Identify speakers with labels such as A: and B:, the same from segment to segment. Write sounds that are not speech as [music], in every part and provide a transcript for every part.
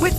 A: With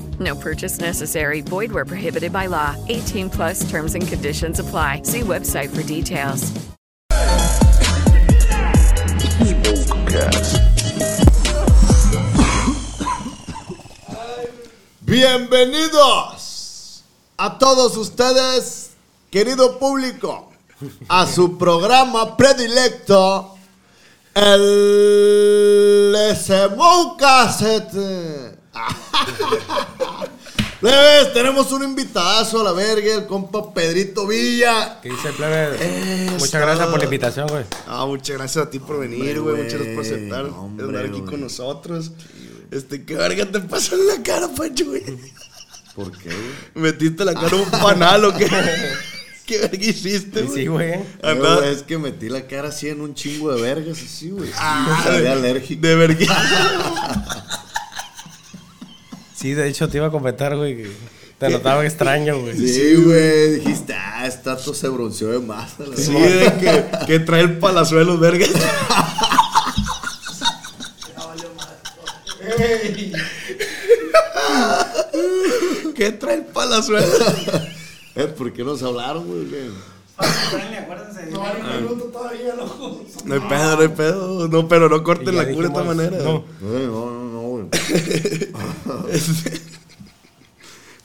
A: No purchase necessary. Void were prohibited by law. 18 plus. Terms and conditions apply. See website for details.
B: Bienvenidos a todos ustedes, querido público, a su programa predilecto, el SMO Cassette. Plebes, tenemos un invitadazo a la verga, el compa Pedrito Villa.
C: ¿Qué dice plebe?
B: Eso.
C: Muchas gracias por la invitación, güey.
B: Ah, muchas gracias a ti por venir, güey. Muchas gracias por aceptar
D: hombre,
B: estar aquí
D: güey.
B: con nosotros. Este, qué verga te pasó en la cara, Pancho, güey.
D: ¿Por qué?
B: Metiste la cara en un panal o qué. ¿Qué verga hiciste,
C: Y Sí, güey.
B: Andaba-
D: es que metí la cara así en un chingo de vergas, así, güey.
B: Ah,
D: Salí
B: de-
D: alérgico.
B: De verga.
C: Sí, de hecho te iba a comentar, güey, que te notaba extraño, güey.
D: Sí, güey. Dijiste, ah, esta to se bronceó de más. a la
B: Sí,
D: verga.
B: de que, que trae el
D: [laughs]
B: palazuelo, verga. ¿Qué trae el palazuelo?
D: [laughs] Eh, ¿Por qué nos hablaron, güey?
B: No hay pedo, no hay pedo. No, pero no corten la cura de esta manera. [laughs]
C: No,
D: Eh, No, no, no, güey.
B: Este-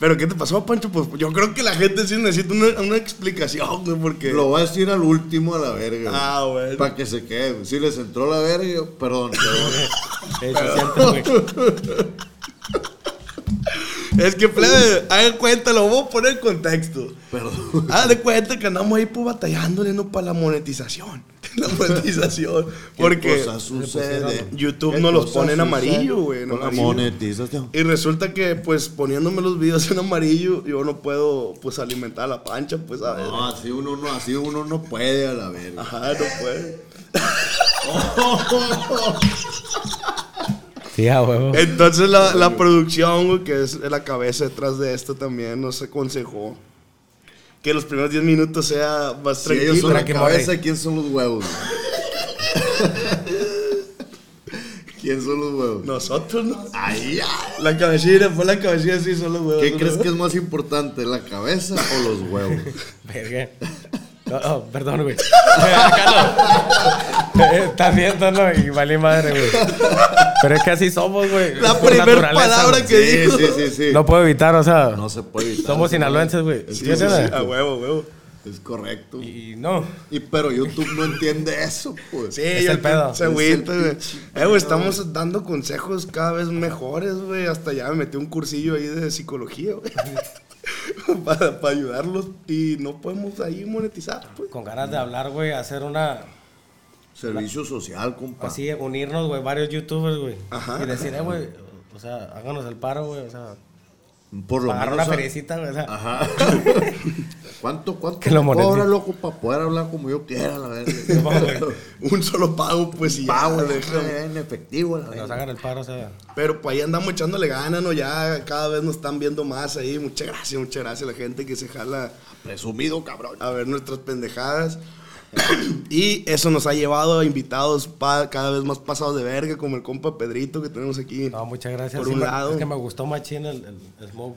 B: Pero ¿qué te pasó, Pancho? Pues yo creo que la gente sí necesita una, una explicación, güey, porque...
D: Lo voy a decir al último a la verga.
B: Ah, bueno.
D: Para que se quede. güey. Si les entró la verga, yo- perdón.
B: [laughs]
D: perdón.
C: eh, se siente, güey.
B: Es que, plebe, hagan cuenta, lo voy a poner en contexto.
D: Perdón.
B: Haz de cuenta que andamos ahí pues batallándole no para la monetización. [laughs] La monetización.
D: [laughs] ¿Qué
B: Porque
D: cosa sucede?
B: YouTube
D: ¿Qué
B: no los
D: cosa
B: pone en
D: sucede
B: amarillo, güey, en
D: con la
B: amarillo.
D: monetización.
B: Y resulta que, pues, poniéndome los videos en amarillo, yo no puedo, pues, alimentar a la pancha, pues, a ver.
D: No, así uno no, así uno no puede a la verga.
B: Ajá, no puedo.
C: Sí, a huevo.
B: Entonces, la, la producción, güey, que es la cabeza detrás de esto también, nos aconsejó que los primeros 10 minutos sea más
D: Si ellos
B: tranquilo.
D: son la
C: Tranquilo,
D: cabeza, ¿quién son los huevos? güey? ¿Quién son los huevos?
B: [laughs] Nosotros, ¿no?
D: Ay, ay.
B: Ah. La cabecilla, fue la cabecilla así, solo, güey.
D: ¿Qué crees que es más importante, la cabeza o los
C: [laughs]
D: huevos?
C: Verga. No, no, perdón, güey. [laughs] Eh, acá no. Eh, Estás viendo, ¿no? Y vale madre, güey. Pero es que así somos, güey.
B: La
C: Por
B: primera
C: naturaleza,
B: palabra
C: güey.
B: que
D: Sí,
B: dijo.
D: sí, sí, sí.
C: No puedo evitar, o sea.
D: No se puede evitar.
C: Somos sinaloenses, güey.
D: Sí,
C: ¿Entiendes?
D: sí, sí.
B: A huevo, a huevo.
D: Es correcto. Y,
C: Y no.
D: pero YouTube no entiende eso, pues.
B: Sí,
C: Es
B: yo
C: el pedo.
B: Se
D: Es
B: agüita,
D: el
B: güey.
D: pinche
B: Eh, güey, estamos dando consejos cada vez mejores, güey. Hasta ya me metí un cursillo ahí de psicología, güey. [laughs] para, para ayudarlos. Y no podemos ahí monetizar, pues.
C: Con ganas de hablar, güey, hacer una.
D: Servicio social, compa.
C: Así, unirnos, güey, varios youtubers, güey.
B: Ajá.
C: Y decir, eh, güey, o sea, háganos el paro, güey, o sea,
D: Por lo
C: pagar
D: menos.
C: una
D: a-
C: feriecita, güey, o sea. [laughs]
D: Ajá. ¿Cuánto, cuánto
C: Que lo
D: me
C: moneticen.
D: cobra, loco, para poder hablar como yo quiera, la
C: [laughs] No,
D: verga?
C: güey.
B: [laughs] Un solo pago, pues, y
D: Pago,
B: ya,
D: la
B: déjame.
D: verga, en efectivo, la
C: que nos
D: verga.
C: hagan el paro, o sea.
B: Pero pues ahí andamos echándole ganas, ¿no? Ya cada vez nos están viendo más ahí. Muchas gracias, muchas gracias a la gente que se jala
D: Presumido, cabrón.
B: a ver nuestras pendejadas. [coughs] y eso nos ha llevado a invitados pa- cada vez más pasados de verga, como el compa Pedrito que tenemos aquí.
C: No, muchas gracias.
B: Por
C: Sí
B: un
C: me-
B: lado.
C: Es que me gustó machín el, el- el smoke.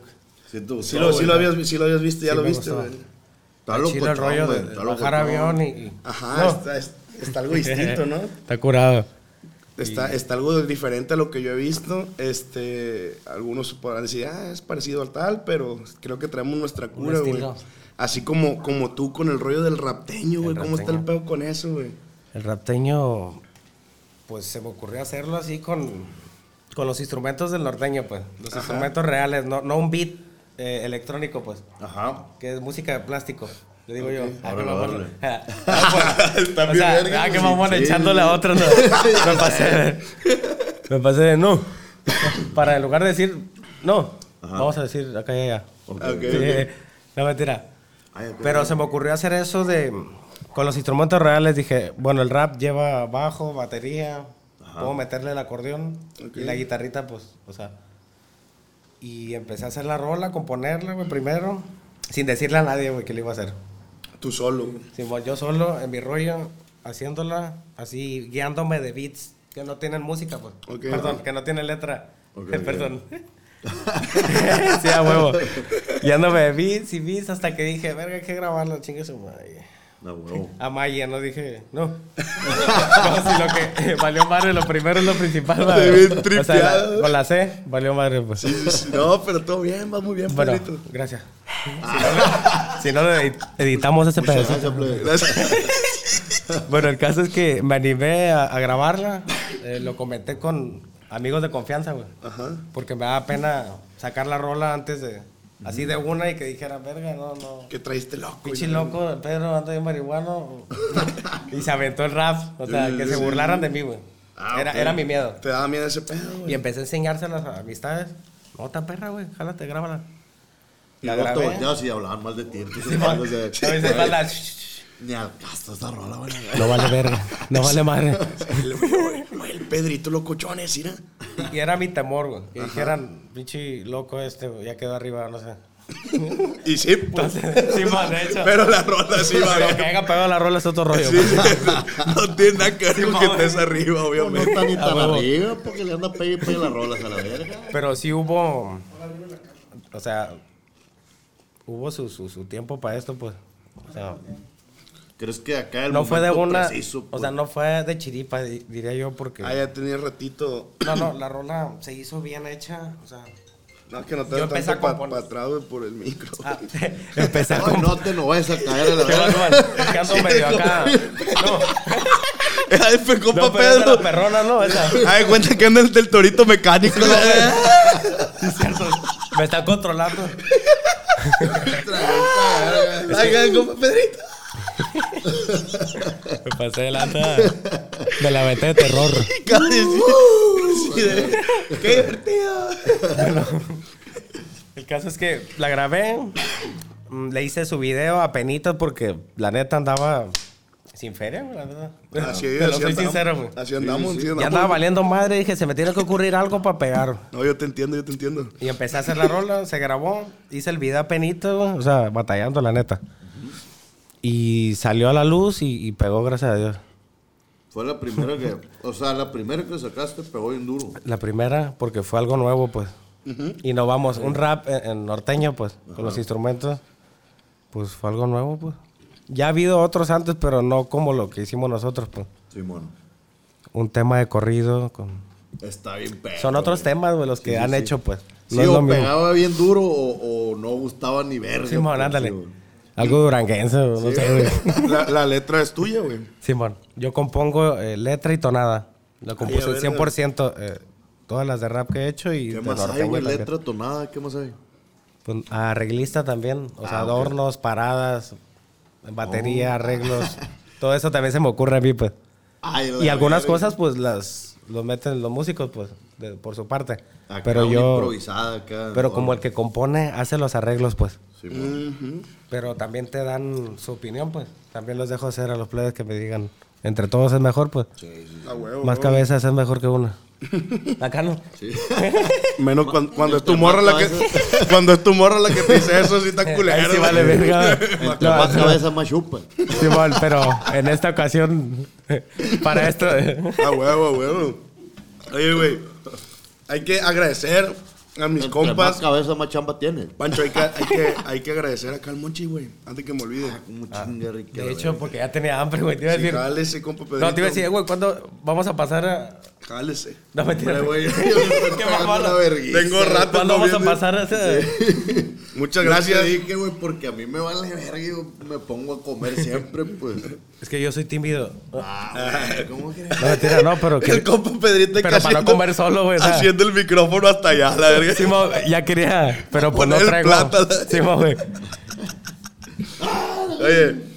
D: Sí, tú,
B: Sí lo, sí lo habías, sí lo habías visto, ya
C: Sí
B: lo
C: me
B: viste,
C: gustó.
B: güey.
D: Está
C: Está chido el
D: locochón,
C: rollo
D: güey,
C: de, de
D: está
C: bajar
D: locochón.
C: avión y. y-
B: Ajá,
C: No.
B: está, es- está algo distinto,
C: [laughs]
B: ¿no?
C: Está curado.
B: Está, está algo diferente a lo que yo he visto. Este, algunos podrán decir, ah, es parecido al tal, pero creo que traemos nuestra cura, güey.
C: estilo.
B: Así como, como tú con el rollo del rapteño, güey.
C: El
B: ¿Cómo está el
C: rapteño.
B: pedo con eso, güey?
C: El rapteño, pues se me ocurrió hacerlo así con, con los instrumentos del norteño, pues. Los instrumentos reales, no, no un beat eh, electrónico, pues.
B: Ajá.
C: Que es música de plástico. Le digo yo. [laughs] Ah, qué
D: Órale,
C: mamón.
D: órale.
C: Ah,
D: [laughs]
C: pues,
D: Está
C: o
D: bien
C: sea,
D: verga,
C: ah, qué
D: sí,
C: mamón,
D: sí.
C: echándole
D: [laughs]
C: a otro. No. Me pasé de... Me pasé de no. Para en lugar de decir no, vamos a decir acá y allá.
B: Ok,
C: Sí, No, mentira.
B: [laughs]
C: Pero se me ocurrió hacer eso de... Con los instrumentos reales dije, bueno, el rap lleva bajo, batería, puedo meterle el acordeón y la guitarrita, pues, o sea... Y empecé a hacer la rola, componerla, güey, primero, sin decirle a nadie, güey, que lo iba a hacer.
B: Tú solo, güey.
C: Simón, yo solo, en mi rollo, haciéndola, así, guiándome de beats que no tienen música, pues.
B: Ok.
C: Perdón, que no tienen letra. [laughs]
D: Ok,
C: Perdón. sí, a huevo. Guiándome de beats y beats hasta que dije, verga, hay que grabarlo, chingue su madre.
D: No, huevo.
C: A Maya, no dije, no. no si lo que [laughs] valió madre, lo primero es lo principal. va,
B: Te
C: güey.
B: ves
C: O sea,
B: tripeado.
C: la- con la C, valió madre, pues.
B: No, pero todo bien, va muy bien,
C: Bueno,
B: Pedrito.
C: gracias. Si no, lo- si no lo editamos ese pedazo.
D: Gracias, plebe.
B: Gracias.
C: Bueno, el caso es que me animé a, a grabarla. eh, lo comenté con amigos de confianza, güey.
B: Ajá.
C: Porque me daba pena sacar la rola antes de. Así de una y que dijera, verga, no, no.
B: Que traíste loco.
C: Pichi
B: ya.
C: loco, Pedro anda bien
B: [laughs]
C: marihuano. y se aventó el rap. O sea, que se burlaran de mí, güey.
B: Ah,
C: era,
B: ok.
C: era mi miedo.
B: Te daba miedo ese pedo, güey.
C: Y empecé a enseñárselas a amistades. Nota perra, güey. Jálate, grábala.
D: Y
C: La
D: luego te
C: grabé.
D: volteabas y hablaban mal de ti. entonces, o sea,
C: [laughs] A veces
D: güey,
C: mala-
D: Ni al gasto esa rola,
B: [laughs]
D: güey.
C: No vale verga. No vale madre.
B: El, güey, güey, el Pedrito locochones, mira.
C: Y era mi temor, güey. Que dijeran, pinche loco este, güey, ya quedó arriba, no sé.
B: Y sí, pues.
C: Entonces, sí, man, de hecho.
B: [laughs] Pero la
C: [laughs]
B: rola sí va
C: Lo
B: bien.
C: que haya pagado la rola es otro rollo.
B: Sí,
C: güey.
B: [laughs] no tiene nada que ver con que
C: mamá.
B: estés arriba,
D: No
B: obviamente.
D: está ni tan
C: huevo.
D: arriba porque le anda pegue y pegue las rolas a la verga.
C: Pero sí hubo. O sea, hubo su, su, su tiempo para esto, pues. O sea,
D: ¿Crees que acá el
C: no fue de
D: momento
C: una.
D: preciso,
C: o sea,
D: pues?
C: no fue de chiripa, di- diría yo, porque.
B: Ah, ya tenía ratito.
C: No, no, la rola se hizo bien hecha. O sea,
B: No, que no te
C: Yo
B: veo
C: empecé a
B: tanto para
C: componer.
B: atrás, güey, por el micro.
D: [laughs]
C: ah, [laughs] empecé a
D: Ay,
C: componer.
D: no te lo vayas a caer a la
C: [laughs] Qué
D: verga.
C: bárbaro, es que ando medio acá.
D: [laughs]
C: No,
B: Ahí fue compa
C: no, pero es de la perrona, ¿no? Esa.
B: Ay, cuenta que anda el del torito mecánico.
C: Me está controlando.
B: Ay, compa Pedrito.
C: Me pasé de lata. Me la metí de terror.
B: Uh. [laughs] Qué divertido.
C: El caso es que la grabé, mm, le hice su video a penitas porque la neta andaba sin feria, güey, la verdad.
B: Así
C: Te
B: es,
C: lo
B: así
C: soy
B: andamos.
C: sincero, güey.
B: Así andamos, sí,
C: Ya
B: andamos.
C: andaba valiendo madre, dije, se me tiene que ocurrir algo para pegar.
B: No, yo te entiendo, yo te entiendo.
C: Y empecé a hacer la rola, se grabó, hice el video a penito, güey, o sea, batallando, la neta. Y salió a la luz y, y pegó, gracias a Dios.
D: Fue la primera que, o sea, la primera que sacaste pegó bien duro.
C: La primera, porque fue algo nuevo, pues. Y no vamos, un rap en, en norteño, pues, con los instrumentos, pues fue algo nuevo, pues. Ya ha habido otros antes, pero no como lo que hicimos nosotros, pues.
D: Simón.
C: Un tema de corrido. Con...
D: Está bien perro.
C: Son otros
D: güey.
C: temas, güey, los que
D: Sí, sí,
C: han
D: sí.
C: hecho, pues.
D: Sí,
C: No es lo
D: o
C: mismo.
D: pegaba bien duro o, o no gustaba ni verga.
C: Simón,
D: pues,
C: ándale.
D: sí, güey.
C: Algo duranguense, güey, no sé, güey.
B: [laughs] La, la letra es tuya, güey.
C: [laughs] Simón, yo compongo eh, letra y tonada. Lo
B: a
C: compuse
B: ver,
C: 100%. eh, todas las de rap que he hecho y
D: ¿Qué
C: de
D: más hay,
C: norteño
D: güey?
C: también.
D: Letra tonada, ¿qué más hay?
C: Pues, arreglista también, o
D: Ah,
C: sea, adornos, paradas,
D: Oh.
C: batería, arreglos. [laughs] Todo eso también se me ocurre a mí, pues.
D: Ay, la
C: Y algunas
D: verga.
C: cosas, pues, las los meten los músicos, pues, de- por su parte.
D: Acá
C: pero
D: una
C: yo...
D: improvisada acá.
C: Pero
D: ¿no?
C: como el que compone, hace los arreglos, pues.
D: Simón.
C: Pero también te dan su opinión, pues. También los dejo hacer a los plebes que me digan, entre todos es mejor, pues.
B: A huevo.
C: Más cabezas es mejor que
B: [laughs]
C: una. Acá no.
D: [laughs]
B: Menos cuan- cuando, es tu morra la que cuando es tu morra la que te dice eso sí está
C: Ahí
B: culero.
C: sí vale
B: güey. [laughs]
C: verga.
D: Entre
C: No,
D: más
C: no.
D: cabeza, más chupa.
C: Simón, pero en esta ocasión, [laughs]
D: [laughs]
C: para esto.
B: A Ah, huevo, a huevo. Oye, güey. Hay que agradecer a mis
D: Entre más
B: compas.
D: cabeza, más chamba tiene.
B: Pancho, hay que, hay que, hay que agradecer acá al Monchi, güey. Antes que me olvide.
C: Ah,
D: Como chinga, rica,
C: De hecho, porque ya tenía hambre, güey. Te iba a
B: Sí,
C: decir.
B: jale ese compa Pedrito.
C: No, te iba a decir, güey, ¿cuándo vamos a pasar a,
B: Jálese.
C: No mentira.
D: Hombre,
C: [laughs]
D: güey, yo le estoy
C: Qué
D: pagando
C: mamada.
D: una vergüenza.
B: Tengo rato
C: ¿Cuándo
B: no
C: vamos a
B: viendo-
C: pasar a ese?
B: Muchas
D: Yo
B: gracias.
D: Te dije, güey, porque a mí me vale verga. Yo me pongo a comer siempre, pues.
C: Es que yo soy tímido. No
D: Ah, güey, ¿Cómo crees?
C: mentira, no,
D: [laughs]
C: pero que.
B: El compa Pedrito
C: Pero
B: que
C: para no comer solo, güey, o sea.
B: Haciendo el micrófono hasta allá, la verga.
C: Sí, mo, ya quería, pero pues no
B: Poner el
C: traigo.
B: plato a la-
C: Sí, mo, güey.
B: Oye.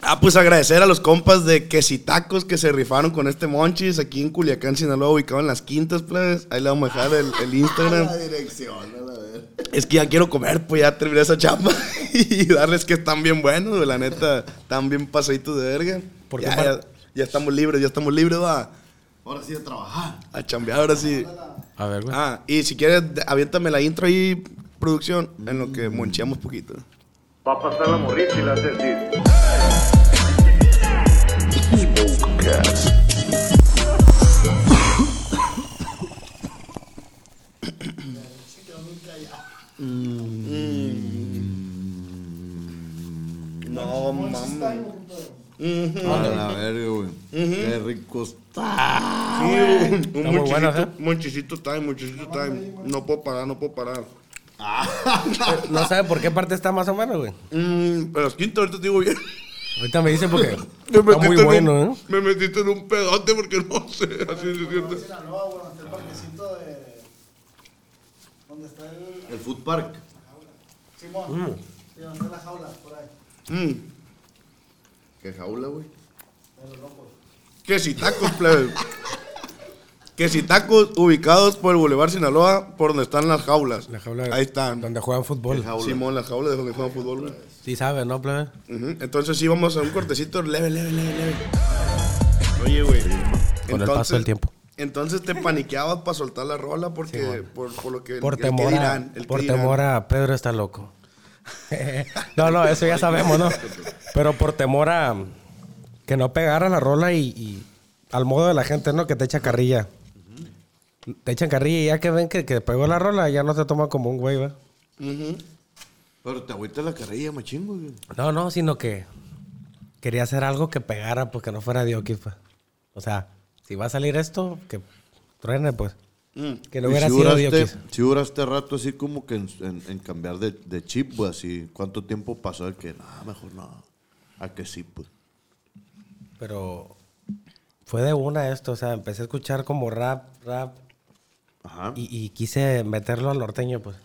B: Ah, pues agradecer a los compas de Quesitacos que se rifaron con este Monchis aquí en Culiacán, Sinaloa, ubicado en las quintas, plebes. Ahí le vamos a dejar el,
D: [laughs]
B: el Instagram.
D: La dirección, a la verga.
B: Es que ya quiero comer, pues ya terminé esa chamba. [laughs] y darles que están bien buenos, güey, la neta, están bien pasaditos de verga.
C: ¿Por
B: ya,
C: qué par-
B: ya, ya estamos libres, ya estamos libres, va.
D: Ahora sí a trabajar.
B: A chambear ahora sí.
C: A ver, güey.
B: Ah, y si quieres, de- aviéntame la intro ahí, producción, en lo que moncheamos poquito.
E: Va a pasar la morrita y la hace así.
B: No, mames.
D: A la verga, güey. Qué rico está.
B: un
C: muy bueno,
B: monchicito,
C: ¿eh?
B: monchicito time, monchicito time. No puedo parar, no puedo parar.
C: No sabe por qué parte está más o menos, güey.
B: Mm, pero es quinto, ahorita te digo bien.
C: Ahorita me dice porque está
B: Me
C: muy
B: metiste en
C: bueno,
B: un-
C: ¿eh?
B: Me metiste en un pedote porque no sé. Así se siente.
D: El food park.
B: Mm,
D: Qué jaula, güey.
B: que si tacos, plebe. que si tacos ubicados por el Boulevard Sinaloa, por donde están las jaulas.
C: La jaula
B: Ahí están.
C: ¿eh? Donde juegan fútbol.
B: Simón, las jaulas de donde juegan fútbol. güey.
C: Sí sabe, ¿no, plebe?
B: Ujú, Entonces sí vamos a un cortecito leve, leve, leve, leve. Oye, güey.
C: Con el paso del tiempo.
B: Entonces te paniqueabas para soltar la rola porque por, por lo que
C: Por
B: el que
C: temor a,
B: dirán, el que
C: por
B: dirán.
C: temor a Pedro está loco. [laughs] no, no, eso ya sabemos, ¿no? Pero por temor a que no pegara la rola y, y al modo de la gente, ¿no? Que te echa carrilla. Te echan carrilla y ya que ven que, que pegó la rola, ya no te toma como un güey, ¿va?
D: Pero te agüita la carrilla, machín, güey.
C: No, no, sino que quería hacer algo que pegara, pues que no fuera Dios, pues. O sea, si va a salir esto, que truene, pues.
B: Mm.
C: Que no
D: Y
C: hubiera
D: si
C: sido
D: duraste-
C: Diokis.
D: Si duraste rato así como que en, en- en cambiar de, de chip, güey, así. ¿Cuánto tiempo pasó de que, nada, mejor no? A que sí, pues.
C: Pero fue de una esto, o sea, empecé a escuchar como rap, rap,
D: Ajá.
C: y, y quise meterlo al norteño, pues.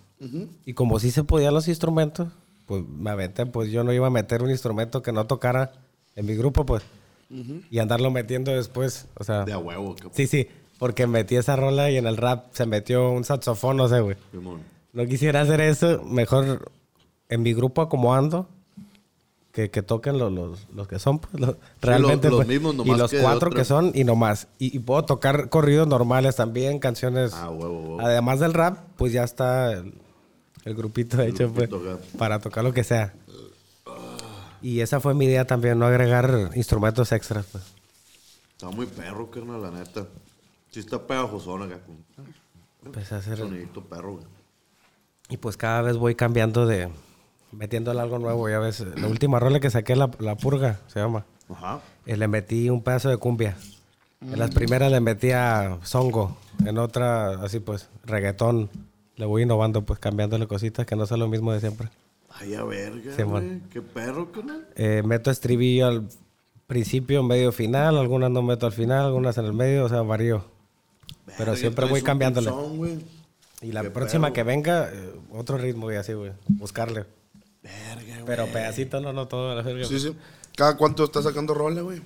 C: Y como sí se podían los instrumentos, pues me aventé, pues yo no iba a meter un instrumento que no tocara en mi grupo, pues. Y andarlo metiendo después, o sea.
D: De a pues. huevo, que
C: Sí, sí, porque metí esa rola y en el rap se metió un saxofón, no sé, güey.
D: Simón.
C: No quisiera hacer eso, mejor en mi grupo acomodando. Que, que toquen los, los, los que son, pues, los- realmente.
D: los
C: pues,
D: mismos nomás
C: y los
D: que de
C: cuatro
D: otra.
C: que son, y nomás. Y, y puedo tocar corridos normales también, canciones.
D: Ah, huevo, huevo.
C: Además del rap, pues ya está el, el grupito hecho, pues,
D: grupito, acá.
C: para tocar lo que sea. Y esa fue mi idea también, no agregar instrumentos extras, pues.
D: Está muy perro, carnal, la neta. Sí está pegajosón acá. con-
C: Empecé a pues, hacer-
D: Sonidito perro, güey.
C: Y pues cada vez voy cambiando de. metiéndole algo nuevo, ya ves. La última rola que saqué, la, la Purga, se llama.
D: Ajá.
C: Eh, le metí un pedazo de cumbia. En las primeras le metía songo, en otra así pues reggaetón. Le voy innovando pues cambiándole cositas que no sea lo mismo de siempre.
D: Ay, a verga,
C: Simón.
D: güey. Qué perro, carnal.
C: Eh, meto estribillo al principio, medio, final. Algunas no meto al final, algunas en el medio, o sea, varío. Pero
D: Verga,
C: siempre
D: traes
C: voy
D: un
C: cambiándole.
D: punzón, güey.
C: Y la
D: Qué
C: próxima
D: perro.
C: que venga, eh, otro ritmo y así, güey. Buscarle. Pero pedacito, no, no todo. la verga.
B: Sí, sí. ¿Cada cuánto estás sacando rola, güey?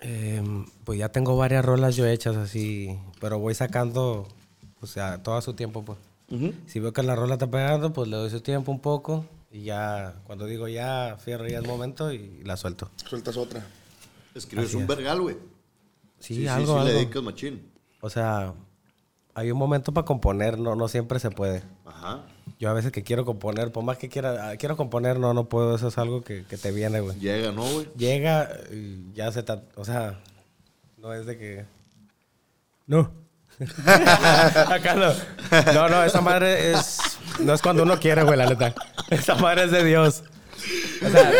C: Em, pues ya tengo varias rolas yo hechas así, pero voy sacando, o sea, todo a su tiempo, pues. Si veo que la rola está pegando, pues le doy su tiempo un poco y ya, cuando digo ya, fierro ya el momento y la suelto.
B: Sueltas otra.
D: Escribes un vergal, güey.
C: Sí, algo,
D: sí, le
C: algo.
D: dedicas machín.
C: O sea, hay un momento para componer, no, no siempre se puede.
D: Ajá.
C: Yo a veces que quiero componer, por más que quiera, ah, quiero componer, no, no puedo, eso es algo que, que te viene, güey.
D: Llega, ¿no, güey?
C: Llega y ya se ta- o sea, no es de que no. [laughs] Acá no. No, no, esa madre es no es cuando uno quiere, güey, la neta. Esa madre es de Dios. O sea,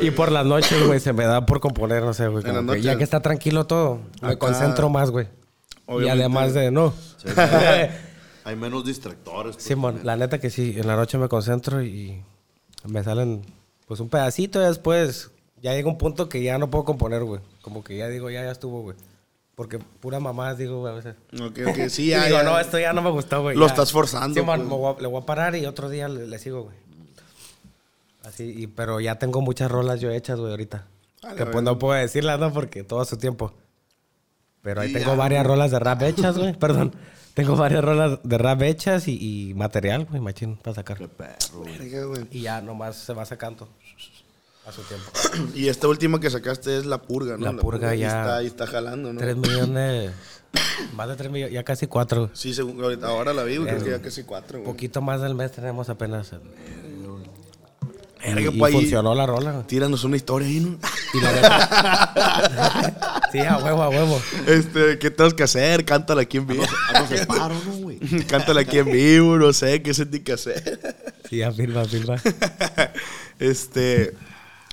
C: Y por las noches, güey, se me da por componer, no sé, güey. como
B: las
C: que
B: noches.
C: Ya que está tranquilo todo, me
B: Acá-
C: concentro más, güey. Y
B: Obviamente.
C: además de, no. [laughs]
D: Hay menos distractores. pues,
C: Simón,
D: también.
C: la neta que sí, en la noche me concentro y me salen pues un pedacito y después ya llega un punto que ya no puedo componer, güey. Como que ya digo, ya, ya estuvo, güey. Porque pura mamá digo, güey, a veces.
B: Ok, ok, sí,
C: Y
B: ya.
C: digo,
B: ya.
C: no, este- esto ya no me gustó, güey.
B: Lo
C: ya".
B: estás forzando,
C: Simón,
B: pues.
C: me voy a- le voy a parar y otro día le, le sigo, güey. Así, y, pero ya tengo muchas rolas yo hechas, güey, ahorita.
B: A la
C: que pues
B: verga.
C: no puedo decirlas, ¿no? Porque todo a su tiempo. Pero ahí
D: Y
C: tengo
D: ya.
C: varias rolas de rap hechas, güey. [laughs] Perdón. Tengo varias rolas de rap hechas y, y material, güey, machín, para sacar.
D: Qué perro, güey.
B: Verga, güey. [clears throat]
C: Y ya nomás se va sacando a su tiempo.
B: Y esta última que sacaste es La Purga, ¿no?
C: La Purga
B: y
C: ya-
B: está, y está jalando, ¿no?
C: Tres
B: [coughs]
C: millones, más de tres millones, ya casi cuatro. güey.
B: Sí, según, ahorita- ahora la vi, güey, creo que ya casi cuatro, güey.
C: Poquito más del mes tenemos apenas.
B: Verga,
C: y, y
B: pues, ahí-
C: funcionó la rola, güey.
B: Tíranos una historia ahí, ¿no?
C: Y la neta- [laughs] sí, a huevo, a huevo.
B: [laughs] Este, ¿qué tenemos que hacer? Cántala aquí en vivo. [laughs]
D: Ah, no se paro, ¿no, güey?
C: [laughs]
B: Cántala aquí en vivo, no sé, ¿qué sentí que hacer?
C: Sí, afirma, afirma.
B: [laughs] Este.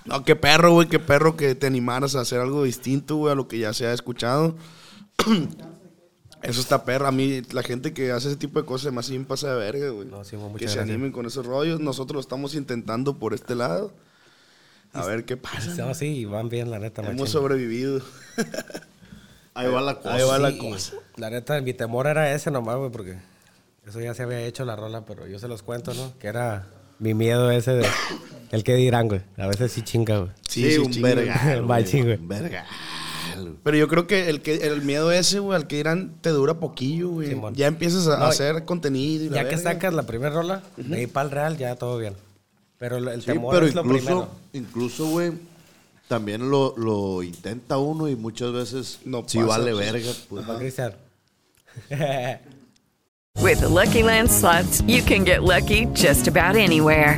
B: No, qué perro, güey, qué perro que te animaras a hacer algo distinto, güey, a lo que ya se ha escuchado. [clears throat] Eso está perro. A mí, la gente que hace ese tipo de cosas, se me hace bien pasa de verga, güey.
C: No, sí,
B: que
C: güey, muchas
B: se
C: gracias.
B: animen con esos rollos. Nosotros lo estamos intentando por este lado. A ver qué pasa.
C: No, sí, van bien, la neta. machín.
B: Hemos sobrevivido.
D: Ahí va la cosa.
B: Ahí va la
C: Sí,
B: cosa.
C: La neta, mi temor era ese nomás, güey, porque eso ya se había hecho la rola, pero yo se los cuento, ¿no? Que era mi miedo ese de. El que dirán, güey. A veces sí chinga, güey.
D: Sí, un
B: chinga.
C: [laughs]
D: verga.
C: Machín, güey.
D: Un verga.
B: Pero yo creo que el, que el miedo ese, güey, al que dirán, te dura poquillo, güey.
C: Simón.
B: ya empiezas a
C: No,
B: hacer contenido y la
C: Ya que
B: verga.
C: sacas la primera rola, de ahí para el real, ya todo bien. Pero lo- el
D: Sí,
C: temor
D: pero
C: es lo primero.
D: incluso, incluso, güey, también lo, lo intenta uno y muchas veces
B: No
D: sí
B: pasa,
D: vale
B: pues.
D: verga. Pues,
C: Va, Cristian. [laughs]
A: With Lucky Land slots, you can get lucky just about anywhere.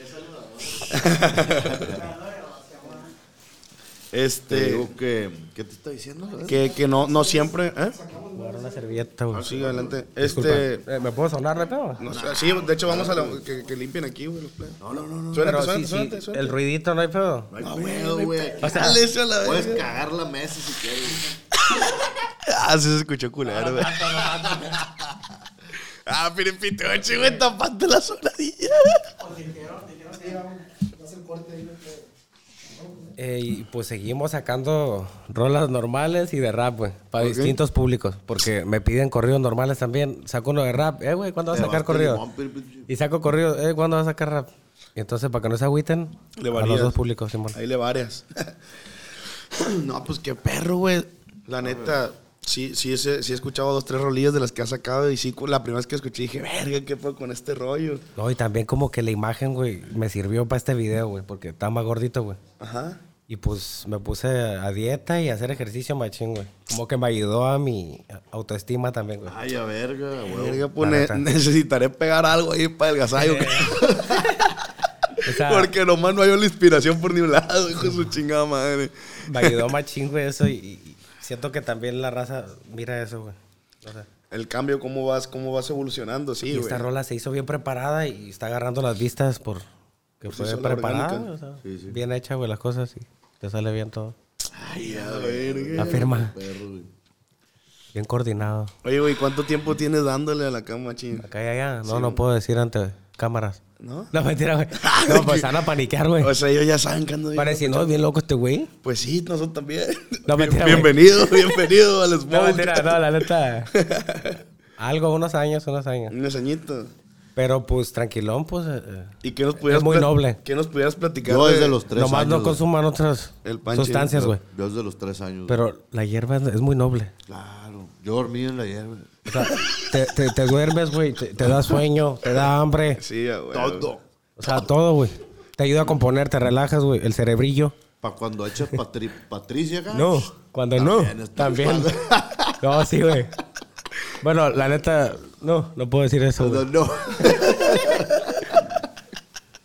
D: te
B: este.
D: digo que. ¿Qué te está diciendo? güey?
B: Que, que no, no siempre. ¿eh?
C: Voy a dar una servilleta, güey.
B: Sigue adelante.
C: Disculpa.
B: Este.
C: Eh, ¿Me puedo sonar de pedo?
B: no sé, sí, de hecho, vamos a la- que, que limpien aquí, güey. Los play. No, no, no. Suéltate,
C: Pero
B: suéltate,
C: sí,
B: suéltate,
C: sí,
B: suéltate.
C: el ruidito no hay pedo.
D: No hay pedo, güey.
B: O sea, Dale eso a la
D: Puedes
B: verga.
D: cagar la mesa si quieres.
B: [laughs] Ah, sí se escuchó
D: [laughs]
B: culero, güey. Ah, pero en pitoche, güey, tapando la sonadilla.
C: Eh, y pues seguimos sacando rolas normales y de rap, güey, para distintos públicos, porque me piden corridos normales también. Saco uno de rap, eh, güey, ¿cuándo vas a
D: Te
C: sacar
D: vas
C: corrido?
D: con limón, pir, pir, pir.
C: Y saco corrido, eh, ¿cuándo vas a sacar rap? Y entonces, para que no se agüiten,
B: Le
C: a
B: varías.
C: los dos públicos, Simón.
B: Ahí le varias. [laughs] no, pues qué perro, güey. La neta, sí, sí, ese- sí he escuchado dos, tres rolillas de las que ha sacado. Y sí, cu- la primera vez que escuché dije, verga, qué pedo con este rollo.
C: No, y también como que la imagen, güey, me sirvió para este video, güey, porque estaba más gordito, güey.
B: Ajá.
C: Y pues me puse a dieta y a hacer ejercicio machín, güey. Como que me ayudó a mi autoestima también, güey.
D: Ay, a verga, güey.
B: Verga, pues
C: la
B: ne-
C: neta.
B: necesitaré pegar algo ahí para el gasallo.
C: O sea,
B: Porque nomás no hay la inspiración por ni un lado, hijo de su chingada madre.
C: Me ayudó machín, güey, eso. Y, y siento que también la raza mira eso, güey. O sea,
B: El cambio, cómo vas, cómo vas evolucionando, sí,
C: y
B: güey.
C: esta rola se hizo bien preparada y está agarrando las vistas por que
B: Pues sí
C: fue
B: sola,
C: preparada,
B: orgánica.
C: güey, o sea, bien hecha, güey, las cosas. Y te sale bien todo.
D: Ay, a verga.
C: La firma,
D: Perro, güey.
C: bien coordinado.
B: Oye, güey, ¿cuánto tiempo tienes dándole a la cama, ching?
C: Acá y allá. No, no puedo decir ante cámaras.
B: ¿No? [laughs]
C: No, mentira, güey. No, pues van a paniquear, güey.
B: O sea, ellos ya saben que ando bien.
C: Parece, no, bien loco este güey.
B: Pues sí, nosotros también.
C: [laughs] No,
B: Bien-
C: mentira, güey.
B: bienvenido, bienvenido al
C: [laughs]
B: Smoke.
C: No, mentira, no, la
B: [laughs]
C: neta. Algo, unos años, unos años.
B: Unos añitos.
C: Pero pues tranquilón, pues. eh, eh.
B: ¿Y qué nos pudieras
C: Es muy
B: pla-
C: noble.
B: ¿Qué nos pudieras platicar?
D: Yo
B: de-
D: desde los tres
C: Nomás
D: años.
C: no
D: güey.
C: consuman otras
B: El panche,
C: sustancias, güey.
D: Yo desde los tres años. güey.
C: Pero la hierba es, es muy noble.
D: Claro. Yo dormí en la hierba.
C: O sea, te, te- te duermes, güey, te, te da sueño, te da hambre.
B: Sí, ya, güey.
D: Todo.
C: O sea, todo, güey. Te ayuda a componer, te relajas, güey. El cerebrillo.
D: Para cuando echas Patri- Patricia acá,
C: No, cuando no.
D: está
C: También.
D: igual.
C: [laughs]
D: [laughs]
C: No, sí, güey. Bueno, la neta, no, no puedo decir eso.
D: Cuando
C: güey.
D: no.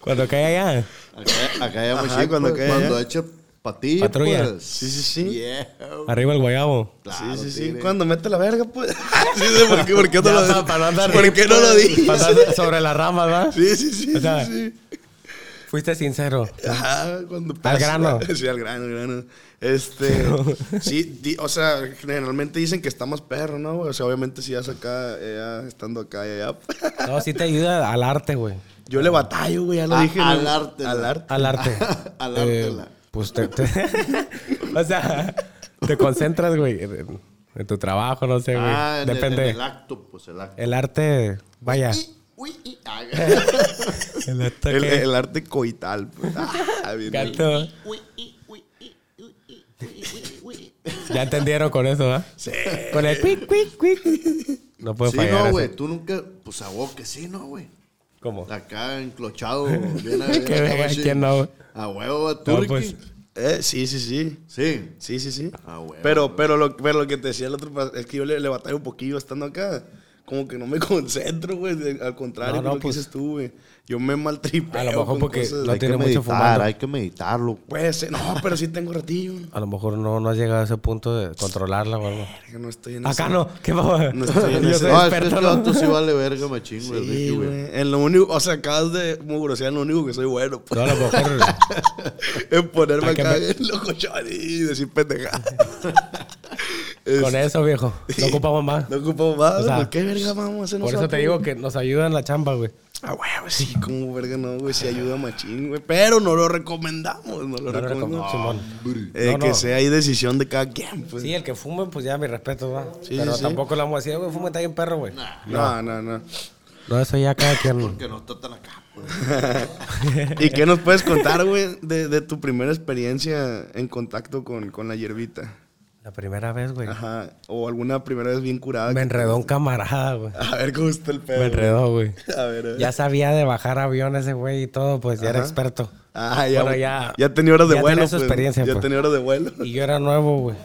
C: Cuando cae allá.
D: Acá, acá ya
B: Ajá,
D: mochil,
B: cuando
D: pues,
B: acá ya.
D: cuando echa patilla,
C: Patrulla.
D: pues.
B: Sí, sí, sí.
D: Yeah.
C: Arriba el guayabo.
D: Claro,
B: sí, sí, sí.
D: tigre.
B: Cuando mete la verga, pues. [laughs] sí, sí, ¿por qué, por qué no lo
C: para no andar-
B: ¿Por qué no lo dije?
C: Para andar sobre las ramas, ¿verdad?
B: Sí, sí, sí,
C: O sea,
B: sí, sí.
C: Fuiste sincero.
B: Ajá, cuando pasa.
C: grano.
B: [laughs] Sí, al grano, al grano. Este, sí, di- o sea, generalmente dicen que está más perro, ¿no? güey? O sea, obviamente si vas acá, eh, ya estando acá y allá. [laughs]
C: No, sí te ayuda al arte, güey.
B: Yo le batallo, güey, ya lo
D: A-
B: dije. ¿no?
D: al arte,
B: Al
D: ¿no?
B: arte.
C: Al arte.
B: [laughs]
D: Al ártela.
C: pues te, [laughs] te- O sea, te concentras, güey, en, en tu trabajo, no sé, güey.
D: Ah, en el-
C: Depende.
D: en
C: El,
D: el acto, pues el acto.
C: arte, vaya.
D: Y- uy, y- ah,
C: [laughs] El arte
B: El,
C: que-
B: el arte coital. pues.
C: [laughs]
B: Ah, bien,
C: Gato. Ya entendieron con eso, ¿ah? Sí. Con el quick, quick, quick. No puedo
D: Sí,
C: fallar.
D: no,
C: eso.
D: güey. Tú nunca, pues a vos que sí, no, güey.
C: ¿Cómo?
D: Acá enclochado.
C: [laughs]
D: bien a- bien
C: Que
D: acá,
C: venga,
D: sí.
C: ¿quién no?
D: A huevo, tú,
C: No,
D: Ricky.
C: pues.
B: Eh, sí, sí, sí.
D: Sí.
B: Sí, sí, sí.
D: Ah, güey.
B: pero, pero, lo, pero lo que te decía el otro pa- es que yo le, le batallo un poquillo estando acá. Como que no me [laughs] concentro, güey. de- Al contrario,
C: No,
B: no,
C: no,
B: lo
C: pues.
B: que dices tú, güey. Yo me maltripeo.
C: A lo mejor
B: con
C: porque
B: cosas-
C: lo
D: Hay que
C: tiene mucho
D: meditar,
C: fumando.
D: hay que meditarlo.
B: Puede ser. No, pero sí tengo ratillo.
C: A lo mejor no, no has llegado a ese punto de controlarla o algo.
B: Verga, No estoy en
C: Acá
B: ese-
C: no. ¿Qué va?
B: No estoy
C: [laughs]
B: en ese-
C: soy
D: No, es que
C: experto,
D: este
C: ¿no?
D: vato sí vale verga,
C: [laughs]
D: me chingo el
B: Sí,
D: Ricky, güey.
B: güey. En lo único, o sea, acabas de mugrosear en lo único que soy bueno, pues.
C: No, a lo mejor.
D: [laughs]
B: [laughs] en ponerme
C: Pa' que
B: acá
C: me-
B: en loco chaval y decir
C: [laughs]
B: pendejada.
C: Con eso, viejo. No ocupamos más.
B: No ocupamos más.
C: O sea,
B: ¿Por qué verga vamos a hacer
C: Por eso te
B: nosotros?
C: digo que nos ayuda en la chamba, güey.
B: Ah, huevo, sí, como verga no, güey, sí ayuda machín, güey. Pero no lo recomendamos, no lo
C: No
D: Pues
C: lo
B: recomendamos.
C: recomiendo, Simón.
B: Eh,
C: No,
B: que
C: no.
B: sea ahí decisión de cada quien, pues.
C: Sí, el que fume, pues ya mi respeto, va.
B: Sí,
C: Pero
B: sí, sí.
C: tampoco le vamos a decir, güey, fume está bien perro, güey.
B: no,
C: [laughs]
B: no, no.
C: No, eso ya
B: [laughs]
C: cada quien.
D: Que no está tan acá, güey.
B: ¿Y qué nos puedes contar, güey, de, de tu primera experiencia en contacto con, con la hierbita?
C: La primera vez, güey.
B: Ajá. O alguna primera vez bien curada.
C: Me
B: que-
C: enredó un camarada, güey.
B: A ver cómo está el pedo.
C: Me enredó, güey.
B: güey. [laughs] A ver, a ver.
C: Ya sabía de bajar aviones ese güey y todo, pues ya era
B: Ajá.
C: experto.
B: Ah, ya,
C: Bueno, ya-
B: ya tenía horas de
C: ya
B: vuelo.
C: tenía su
B: pues.
C: experiencia,
B: Ya
C: pues.
B: tenía horas de vuelo.
C: Y yo era nuevo, güey.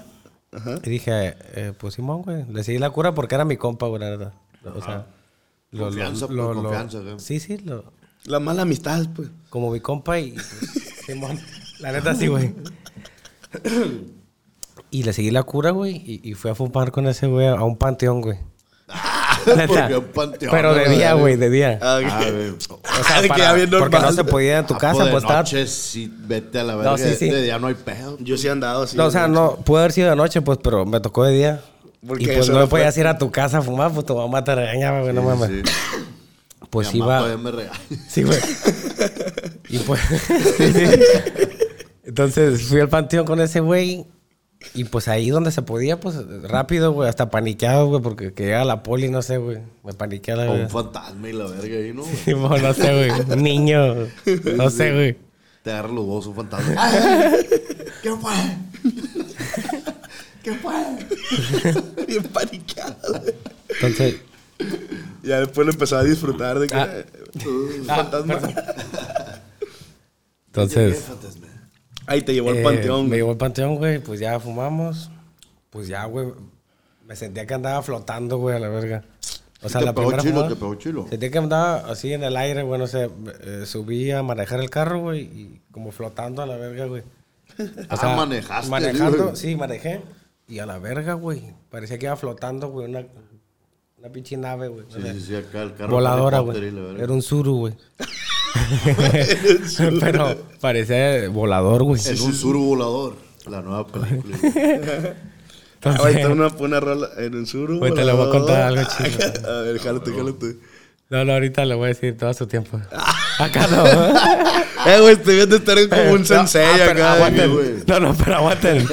C: Y dije, eh, pues Simón, güey. Le seguí la cura porque era mi compa, güey, la verdad. O sea,
D: Confianza, pues, confianza, güey.
C: Sí, sí, lo,
B: La mala amistad,
C: [laughs]
B: pues.
C: como mi compa y pues, Simón. La neta sí, güey. Y le seguí la cura, güey, y, y fui a fumar con ese güey a un panteón,
D: [laughs]
C: güey. Neta.
D: Porque un panteón,
C: Pero de
D: güey,
C: día,
D: dale.
C: güey, de día.
B: Ah,
D: Ah, güey.
C: O sea,
B: de que
C: para-
B: ya bien
C: porque no
B: normal.
C: se podía en tu
D: Ah,
C: casa,
D: de
C: pues estaba
D: noche, sí, vete a la verga.
C: sí, sí.
D: De día no hay pedo.
B: Yo sí he andado así.
C: No, o sea,
B: güey.
C: no, pudo haber sido de noche, pues, pero me tocó de día.
B: Porque
C: y pues
B: eso
C: no
B: no
C: me
B: fue-
C: podías ir a tu casa a fumar, pues tu mamá te regañaba, güey, no mames.
D: Sí.
C: Pues
D: Mi mamá
C: iba.
D: todavía me regaña.
C: Sí, güey. y pues. [laughs] sí, sí. Entonces fui al panteón con ese güey. Y pues ahí donde se podía, pues rápido, güey, hasta paniqueado, güey, porque que llegaba la poli, no sé, güey. Me paniqué a la
D: O [laughs] un
C: [laughs] vez.
D: fantasma y la verga ahí, ¿no? güey?
C: no sé, güey. Un niño. No sé, güey.
D: Te agarra los dos un
B: [laughs]
D: fantasma. [laughs] ¿Qué fue? ¿Qué fue?
B: Bien [laughs] paniqueado. güey.
C: Entonces.
B: Ya después lo empezaba a disfrutar de que.
C: Ah.
B: eh, fantasma.
C: Entonces.
B: Ahí te llevó al
C: Eh,
B: panteón.
C: Me
B: güey.
C: llevó al panteón, güey. Pues ya fumamos. Pues ya, güey. Me sentía que andaba flotando, güey, a la verga. O sea,
D: te
C: la
D: pegó
C: primera
D: chilo,
C: fumada,
D: te pegó chilo.
C: Sentía que andaba así en el aire, güey. No sé, eh, subí a manejar el carro, güey. Y como flotando a la verga,
D: [laughs]
C: güey.
D: Ah, manejaste,
C: Manejando,
D: güey.
C: sí, manejé. Y a la verga, güey. Parecía que iba flotando, güey. Una, una pinche nave, güey. O
D: Sí,
C: sea,
D: sí, sí, acá el carro.
C: Voladora,
D: de helicóptero
C: güey.
D: y la verga.
C: Era un suru,
D: [laughs]
C: güey. [laughs] Pero parecía volador, güey.
D: En un sur volador. La nueva
C: [laughs]
D: película. güey.
B: Ahí está una buena rola en un suru.
C: Güey, te lo voy a contar algo chido.
B: chido. [laughs] A ver,
D: Ah,
B: jálate, jálate.
C: No, no, ahorita le voy a decir todo su tiempo.
B: Ah.
C: Acá no.
B: Eh, güey, estoy viendo estar como un sensei
C: no, ah, pero
B: acá.
C: aguanten.
B: güey.
C: No, no, pero aguanten.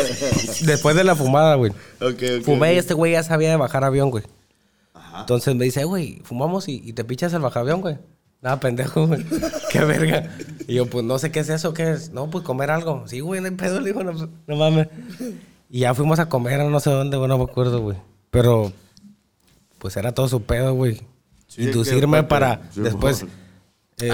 C: Después de la fumada, güey.
B: Ok, ok.
C: Fumé y este güey ya sabía de bajar avión, güey. Entonces me dice, "Eh, güey, fumamos y, y te pichas el bajavión, güey. Nada, pendejo, güey. [laughs] Qué verga. Y yo, pues no sé qué es eso, qué es. No, pues comer algo. Sí, güey, no hay pedo, le digo, no, no mames. Y ya fuimos a comer a no sé dónde, güey, no me acuerdo, güey. Pero, pues era todo su pedo, güey.
D: Sí, es que-
C: Inducirme para
D: sí,
C: después
D: bueno.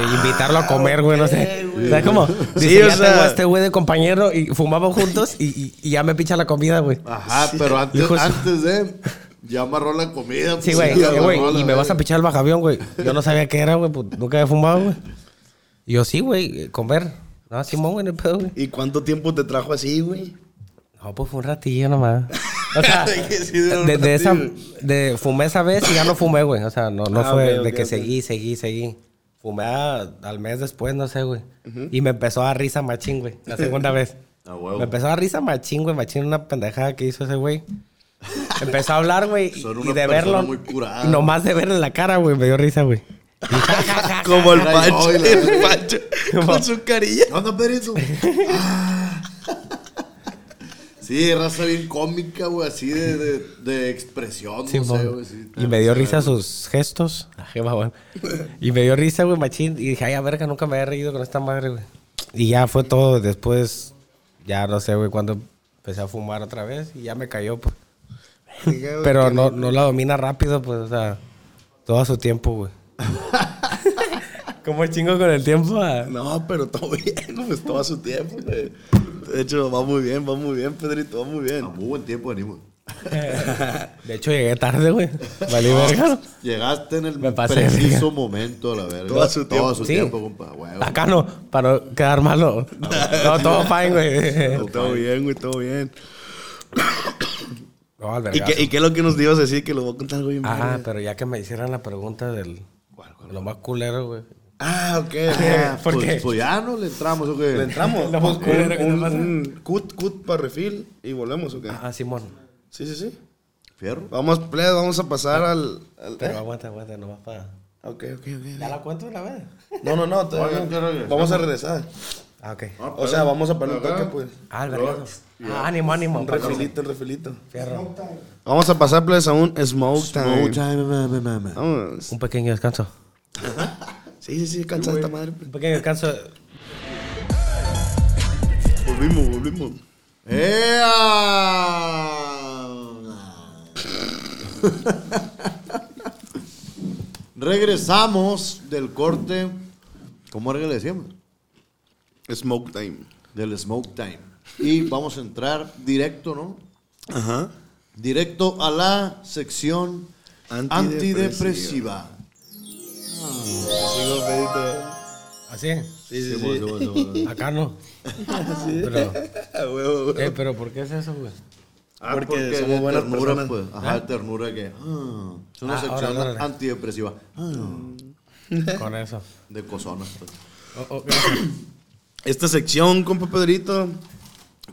C: eh, invitarlo a comer, güey, no sé. ¿Sabes cómo? Dice,
B: Ah, Sí,
C: ya
B: o
C: tengo
B: sea-
C: a este güey de compañero y fumamos juntos y, y- y ya me picha la comida, güey.
D: Ajá, pero antes,
C: Hijos-
D: antes de. Ya amarró la comida.
C: Sí,
D: pues,
C: güey,
D: ya
C: eh, güey,
D: amarró la
C: y me vas a
D: verga.
C: pichar el bajavión, güey. Yo no sabía qué era, güey, pues nunca había fumado, güey. Y yo, sí, güey, eh, comer. No, Simón, güey, no hay pedo, güey.
B: ¿Y cuánto tiempo te trajo
C: [laughs]
B: así, güey?
C: No, pues fue un ratillo nomás. O
B: [laughs]
C: sea, de, de esa, de, fumé esa vez y ya no fumé, güey. O sea, no, no
B: Ah,
C: fue
B: ok,
C: de
B: ok,
C: que
B: ok.
C: seguí, seguí, seguí. Fumé a- al mes después, no sé, güey. Y me empezó a dar risa machín, güey. La
D: [laughs]
C: segunda vez.
D: A Ah, huevo.
C: Me empezó a dar risa machín, güey. Machín, una pendejada que hizo ese güey. Empezó a hablar, güey. y-
D: Son
C: Y
D: una
C: de
D: persona
C: verlo.
D: muy curada.
C: Nomás de verle la cara, güey. Me dio risa, güey.
B: Como el
D: Ay,
B: Pancho.
D: ay, la-
B: El Pancho. Con su carilla.
D: ¿Qué onda, Perito? Ah. Sí, raza bien cómica, güey, así de, de, de expresión, no
C: Simón.
D: sé, güey. sí.
C: y me dio risa sus gestos. Ah, qué mamón. [laughs] Y me dio risa, güey, machín. Y dije, ay, a verga, nunca me había reído con esta madre, güey. Y ya fue todo. Después, ya no sé, güey, cuando empecé a fumar otra vez y ya me cayó, pues. [laughs] Pero no, no la domina rápido, pues, o sea, todo a su tiempo, güey. ¿Cómo chingo con el tiempo? ah?
B: No, pero todo bien, pues todo a su tiempo, güey. De hecho, va muy bien, va muy bien, Pedrito, va muy bien.
D: A muy buen tiempo venimos.
C: De hecho, llegué tarde, güey. Valí verga.
D: Llegaste en el
C: Me pasé,
D: preciso
C: verga.
D: momento, a la verga.
B: Todo a su tiempo.
D: a su
C: Sí. Ah.
D: tiempo, compa, güey.
C: Acá no, para no quedar malo. No, todo
B: [laughs]
C: fine, güey.
B: Todo bien, güey, todo bien.
C: No, al
B: ¿Y qué,
C: vergazo.
B: ¿Y qué es lo que nos ibas a decir? Que lo voy a contar, güey. en
C: Ah,
B: breve.
C: pero ya que me hicieran la pregunta del. Lo más culero, güey.
B: Ah, ok.
D: Ah,
C: ¿Por
D: pues,
C: qué? [laughs]
D: pues ya no le entramos, ¿o qué?
B: Entramos.
C: La voz culera que
B: Pues, un,
C: te pasa.
B: un cut, cut para refil y volvemos, ¿ok?
C: Ah, Simón.
B: Sí, sí, sí.
D: ¿Fierro?
B: Vamos, play, vamos a pasar al. al ¿eh?
C: Pero aguanta, aguanta, nomás para.
B: Ok, ok,
C: ¿Eh? ¿Ya la cuento una vez?
B: ok. No, no, no. todavía
D: Oigan,
B: no.
D: quiero regresar.
B: Vamos a regresar.
C: Ah, ok.
B: O sea, vamos a parar un toque, pues.
C: Ah, el vergazo. Ah, ánimo, ánimo.
B: Un refilito, un refilito.
C: Fierro.
B: Vamos a pasar, pues, a un smoke time.
D: No, time, ma, ma, ma, ma.
B: Vamos.
C: Un pequeño descanso.
B: Sí, sí, sí, cansada esta madre.
C: Un pequeño descanso.
B: Volvimos, volvimos.
D: ¡Ea! Regresamos del corte. ¿Cómo era que le decíamos?
B: Smoke time.
D: Del Smoke Time. Y vamos a entrar directo, ¿no?
B: Ajá.
D: Directo a la sección antidepresiva.
B: Antidepresiva. Sigo, pedito.
C: ¿Así?
B: Sí, sí,
D: Sí,
B: sí.
D: bueno, sí, bueno, sí, bueno.
C: Acá
B: [laughs]
C: no. Pero,
B: A huevo, güey.
C: eh, pero ¿por qué es eso, güey?
D: Ah,
B: Porque
D: porque
B: somos
D: de
B: buenas
D: ternura,
B: personas.
D: pues. Ajá, ternura que. ah, es una
C: Ah,
D: sección
C: órale, órale.
D: antidepresiva. Ah,
C: Con eso.
D: de cosonas, pues.
C: Oh, oh,
B: [laughs]
C: gracias.
B: Esta sección, compa Pedrito,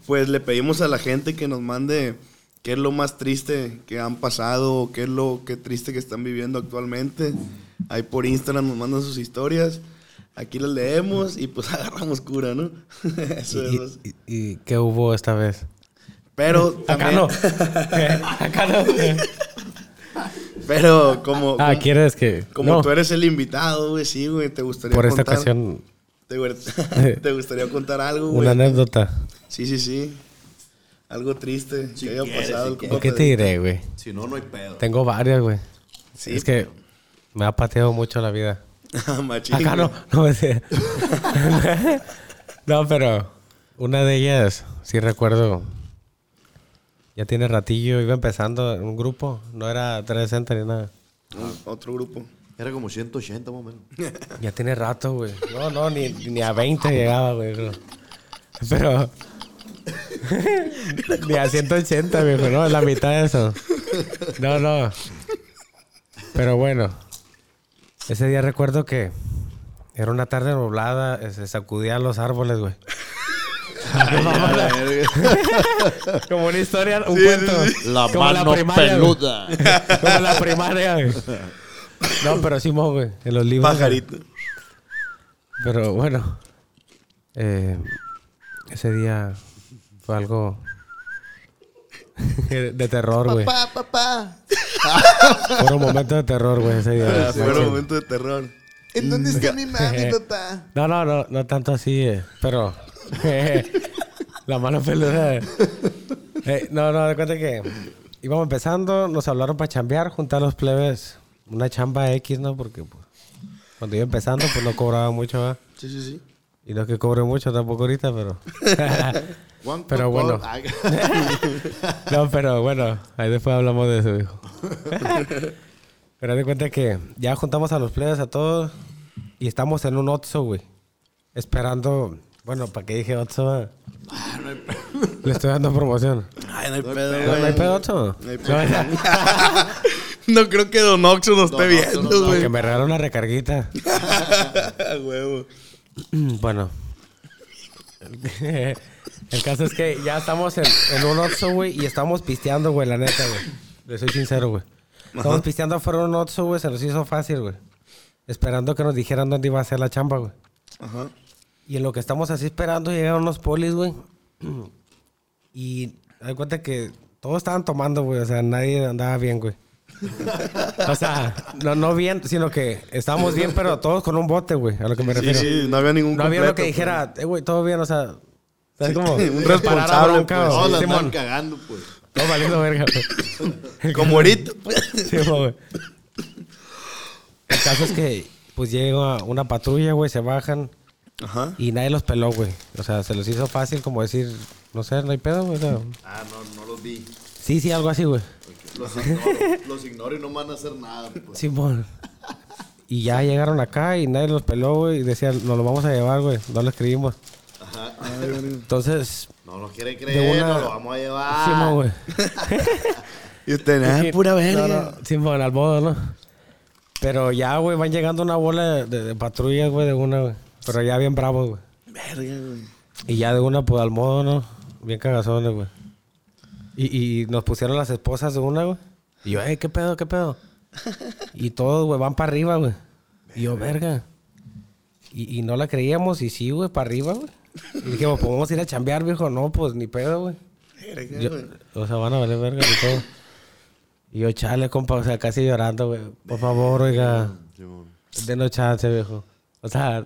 B: pues le pedimos a la gente que nos mande qué es lo más triste que han pasado, o qué es lo que triste que están viviendo actualmente. Ahí por Instagram nos mandan sus historias. Aquí las leemos y pues [laughs] agarramos cura, ¿no? Eso
C: ¿Y,
B: es.
C: y- y qué hubo esta vez?
B: Pero
C: [laughs] Acá
B: también, [laughs]
C: no. Eh, Acá no.
B: pero como,
C: Ah,
B: como,
C: ¿quieres que.?
B: como
C: no,
B: tú eres el invitado, güey, sí, güey, te gustaría
C: Por esta
B: contar-
C: ocasión,
B: Te, gu- te gustaría [laughs] contar algo, güey.
C: una anécdota.
B: Sí, sí, sí. Algo triste
D: Si
B: que haya
D: quieres,
B: pasado.
D: si
B: el
D: quieres.
B: compa
C: ¿Qué te
B: Pedrito.
C: diré, güey?
D: Pues Si no, no hay pedo.
C: Tengo varias, güey.
B: Sí.
C: Es
B: [laughs]
C: que me ha pateado mucho la vida.
B: Machín,
C: Acá no,
B: güey.
C: no [laughs] me sé. no, pero una de ellas, sí recuerdo. Ya tiene ratillo, iba empezando en un grupo. No era 360 ni nada.
B: Un- Otro grupo.
D: Era como 180 más o
C: [laughs]
D: menos.
C: Ya tiene rato, güey. No, no, ni, ni a 20 llegaba, güey. no. Pero. [laughs] ni a 180, viejo, no, la mitad de eso. No, no. Pero bueno. Ese día recuerdo que era una tarde nublada, eh, se sacudían los árboles, güey. [laughs]
D: La verga.
C: Como una historia, un cuento.
D: La
C: Como
D: mano
C: primaria, güey.
D: peluda.
C: Como la primaria, güey. No, pero sí, mo, güey. En los libros.
B: Pajarito.
C: Pero bueno, eh, ese día fue algo [laughs] de terror, güey.
D: Papá, papá.
C: Fue un momento de terror, güey, ese día.
B: Fue un momento de terror.
D: ¿En dónde
C: Mm.
D: está mi mami,
C: [laughs]
D: papá?
C: No, no, no, no tanto así, eh, pero [laughs] la mano peluda. eh. Eh, no, no, de cuenta que íbamos empezando, nos hablaron para chambear, juntar los plebes, una chamba X, ¿no? Porque pues, Cuando iba empezando, pues no cobraba mucho, ¿verdad?
B: Sí, sí, sí.
C: Y no es que cobre mucho tampoco ahorita,
B: [laughs]
C: pero.
D: ¿Cuánto
C: [laughs] Pero bueno.
D: cobra? Ay,
C: [laughs] no, pero bueno, ahí después hablamos de eso, dijo. pero haz de cuenta que ya juntamos a los players a todos y estamos en un Otso, güey. Esperando. Bueno, ¿para qué dije Otso?
B: Ah,
C: Le estoy dando
B: [laughs]
C: promoción.
B: Ay, no hay pedo,
C: ¿No, no hay
B: güey.
C: pedo Otso?
B: No hay
C: No, [laughs]
B: pedo.
C: ¿verdad?
B: No creo que Don Oxxo nos esté
D: Don Oxxo
B: viendo,
D: nos va a
B: güey.
C: que me regaló una recarguita.
B: A [laughs] huevo.
C: Bueno. [laughs] El caso es que ya estamos en, en un Oxxo, güey, y estamos pisteando, güey, la neta, güey. Le soy sincero, güey. Estamos pisteando afuera de un Oxxo, güey, se nos hizo fácil, güey. Esperando que nos dijeran dónde iba a ser la chamba, güey.
B: Ajá.
C: Y en lo que estamos así esperando llegaron unos polis, güey. Y hay cuenta que todos estaban tomando, güey. O sea, nadie andaba bien, güey. o sea, no, no bien, sino que estábamos bien, pero todos con un bote, güey. A lo que me
B: Sí,
C: refiero.
B: sí, no había ningún
C: No había lo que
B: completo, pues.
C: dijera, eh, güey, todo bien, o sea. ¿Sabes cómo?
B: [laughs] un
C: Separara
B: responsable,
C: bronca,
B: pues.
C: o-
D: No, la
C: Simón.
D: andan cagando, pues.
C: Todo valiendo verga, güey.
B: pues. [laughs] Como ahorita, pues.
C: Sí, güey. El caso es que, pues llega una patrulla, güey, se bajan.
B: Ajá.
C: Y nadie los peló, güey. O sea, se los hizo fácil como decir, no sé, no hay pedo, güey. o sea,
D: Ah, no, no los vi.
C: sí, sí, algo así, güey.
D: Los ignoro, los ignoro y no me van a hacer nada, pues.
C: Simón. Y ya llegaron acá y nadie los peló, güey. Y decían, nos lo vamos a llevar, güey. No lo escribimos. Entonces,
D: No los quieren
C: De
D: creer,
C: una-
D: no los vamos a llevar.
C: Simón, güey.
B: [laughs] Y usted, ah, pura verga.
C: No, no, Simón, al modo, ¿no? Pero ya, güey, van llegando una bola de, de- de patrullas, güey, de una, güey. Pero ya bien bravos, güey.
B: Verga, güey.
C: Y ya de una, pues al modo, ¿no? Bien cagazones, güey. Y, y nos pusieron las esposas de una, güey. Y yo, eh, ¿qué pedo, qué pedo? Y todos, güey, van para arriba, güey. Y yo, verga. Y, y no la creíamos, y sí, güey, para arriba, güey. Y dijimos, pues vamos a ir a chambear, viejo. No, pues ni pedo, güey.
B: Verga,
C: Yo-
B: güey.
C: O sea, van a valer verga y todo. Y yo, chale, compa, o sea, casi llorando, güey. Por favor, oiga. Denos chance, viejo. O sea,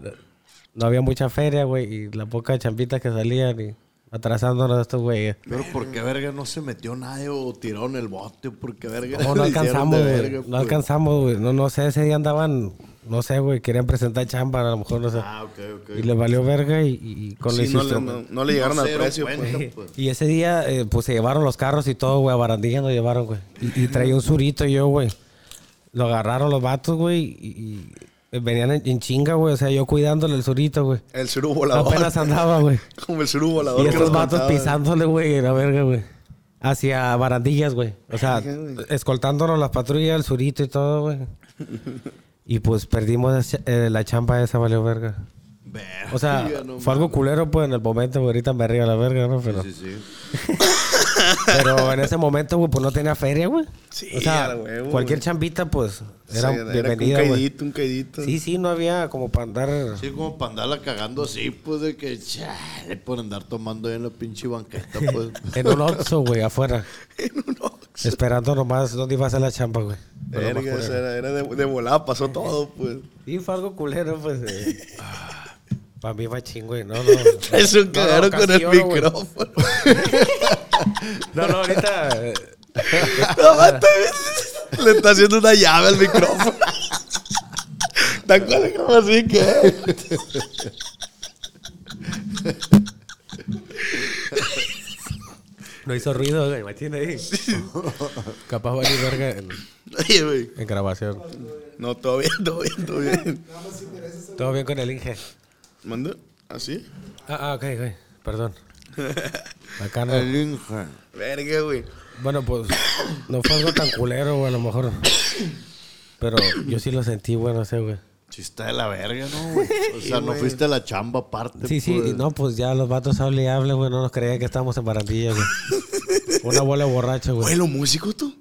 C: no había mucha feria, güey. Y la poca champita que salían y atrasándonos a
D: [laughs]
C: estos güeyes.
D: Pero ¿por qué verga no se metió nadie o tiró en el bote? ¿Por qué verga?
C: No,
D: [laughs]
C: no
D: le hicieron
C: alcanzamos,
D: de
C: güey.
D: verga,
C: No
D: pues?
C: alcanzamos, güey. No, no sé, ese día andaban, no sé, güey, querían presentar chamba, a lo mejor, no sé.
D: Ah, ok, ok.
C: Y les valió verga y, y- y con
B: Sí,
C: los
B: no, le,
C: instrumentos.
B: no, no le llegaron
D: No se
B: al
D: dieron
B: precio, pues.
D: cuenta, pues.
C: Y ese día, eh, pues se llevaron los carros y todo, güey, a Barandilla nos llevaron, güey. Y, y traía un surito yo, güey. Lo agarraron los vatos, güey, y, y venían en, en chinga, güey. O sea, yo cuidándole el surito, güey.
B: El suru volador.
C: Apenas andaba, güey.
B: [laughs] Como el suru volador.
C: Y
B: que
C: estos
B: nos
C: vatos
B: contaba.
C: pisándole, güey, la verga, güey. Hacia barandillas, güey. O sea,
B: Verga, güey.
C: escoltándonos las patrullas, el surito y todo, güey. Y pues perdimos esa- eh, la champa esa, valió verga.
D: pues. Verga,
C: O sea,
D: no
C: fue algo
D: mames.
C: culero, pues, en el momento, güey. Ahorita me río la verga, ¿no? Pero,
D: Sí, sí.
C: pero en ese momento, güey, pues no tenía feria, güey.
B: Sí,
C: o sea,
B: a huevo,
C: cualquier
B: güey.
C: chambita, pues,
B: O sea,
C: era bienvenida,
B: un
C: güey.
B: caidito, un caidito.
C: Sí, sí, no había como para andar...
D: Sí, como para andarla cagando así, pues de que chale, por andar tomando ahí en la pinche banqueta,
C: [laughs]
D: pues.
C: En un Oxxo, güey, afuera.
B: [laughs]
C: Esperando nomás dónde iba a ser la chamba, güey. Pero
B: Verga,
C: nomás
B: o
C: fuera.
B: sea, era, era de, de volada, pasó todo, pues.
C: Sí, fue algo culero, pues. Ah. Para mí va chingo, güey. No, no.
B: Es un cagaron
C: casi
B: con el
C: lloro, güey.
B: micrófono.
C: [laughs] No, no, ahorita. eh,
B: No, mate, Le está haciendo una llave al micrófono. [laughs] Tan cual como así que.
C: No hizo ruido, güey. Imagina ahí. Capaz va a ir verga en,
B: Oye, güey.
C: en grabación.
B: No, todo [laughs] bien, todo bien, todo bien.
C: Todo bien con el Inge.
B: ¿Manda? ¿Así?
C: Ah, ah, ok, güey. Perdón. Acá no.
D: El Inge.
B: Verga, güey.
C: Bueno, pues no fue algo tan culero, güey, a lo mejor. Pero yo sí lo sentí, güey, no sé, güey.
D: Chiste de la verga, ¿no?
B: [laughs]
D: güey? O sea, no fuiste a la chamba aparte.
C: Sí, sí,
D: pues.
C: no, pues ya los vatos hable y hable, güey, no nos creía que estábamos en barandilla, güey. Una bola de borracho,
B: Güey,
C: güey.
B: ¿lo músico tú?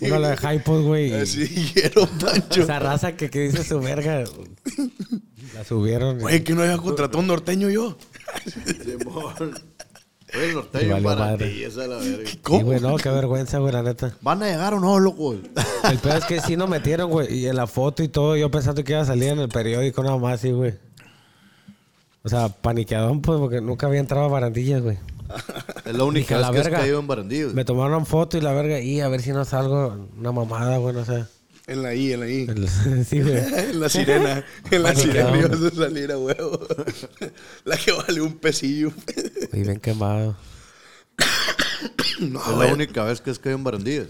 C: Una bola de hypos, güey. y-
D: pues.
B: Así dijeron, Pancho.
C: Esa raza que, que dice su verga. La subieron. y-
B: Güey, que no había contratado un norteño yo.
D: Simón. Oye, el
C: [laughs] Y
D: norteño
C: valió
D: para
C: madre.
D: ti, esa [laughs] es la verga.
C: Sí, güey, no, qué vergüenza, güey, la neta.
D: ¿Van a llegar o no, loco?
C: El peor es que sí nos metieron, güey. Y en la foto y todo, yo pensando que iba a salir en el periódico nada más, sí, güey. O sea, paniqueadón, pues, porque nunca había entrado a barandillas, güey.
D: [laughs] Es la
C: Dije,
D: única vez
C: a la
D: que has
C: verga.
D: caído en barandillo.
C: Me tomaron foto y la verga, y a ver si no salgo una mamada, güey, no sé. [laughs]
B: En la I, en la I. [laughs]
C: sí, güey.
B: En la sirena. En la
C: Paniqueado.
B: sirena ibas a salir a huevo. [laughs] La que vale un pesillo. [laughs]
C: Muy bien quemado.
B: No,
D: Es la única vez que has caído en barandillas.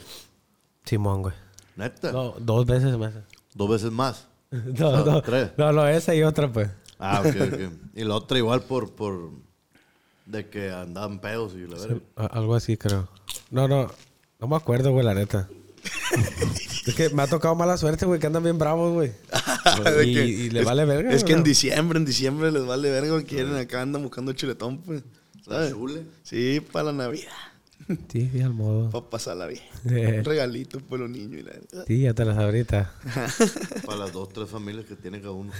C: Simón, güey.
D: Neta.
C: No, dos veces más.
D: Dos veces más.
C: [laughs] No, no,
D: tres.
C: no, no, esa y otra, pues.
D: Ah, ok, ok. Y la otra igual por, por de que andaban pedos y la verga.
C: A- Algo así, creo. No, no. No me acuerdo, güey, la
B: [laughs]
C: neta. es que me ha tocado mala suerte, güey, que andan bien bravos, güey.
B: [laughs] [laughs] de
C: y,
B: que-
C: y le
B: es-
C: vale verga.
B: Es que en
C: güey.
B: diciembre, en diciembre les vale verga. Quieren acá, andan buscando chuletón, pues. ¿sabes?
D: Chule.
B: Sí, para la Navidad.
C: Sí, sí, al modo.
B: Para pasarla bien.
C: [laughs] Eh.
B: Un regalito para los niños. y la verga.
C: Sí, ya te las ahorita.
D: Para las dos, tres familias que tiene cada
C: [laughs]
D: uno.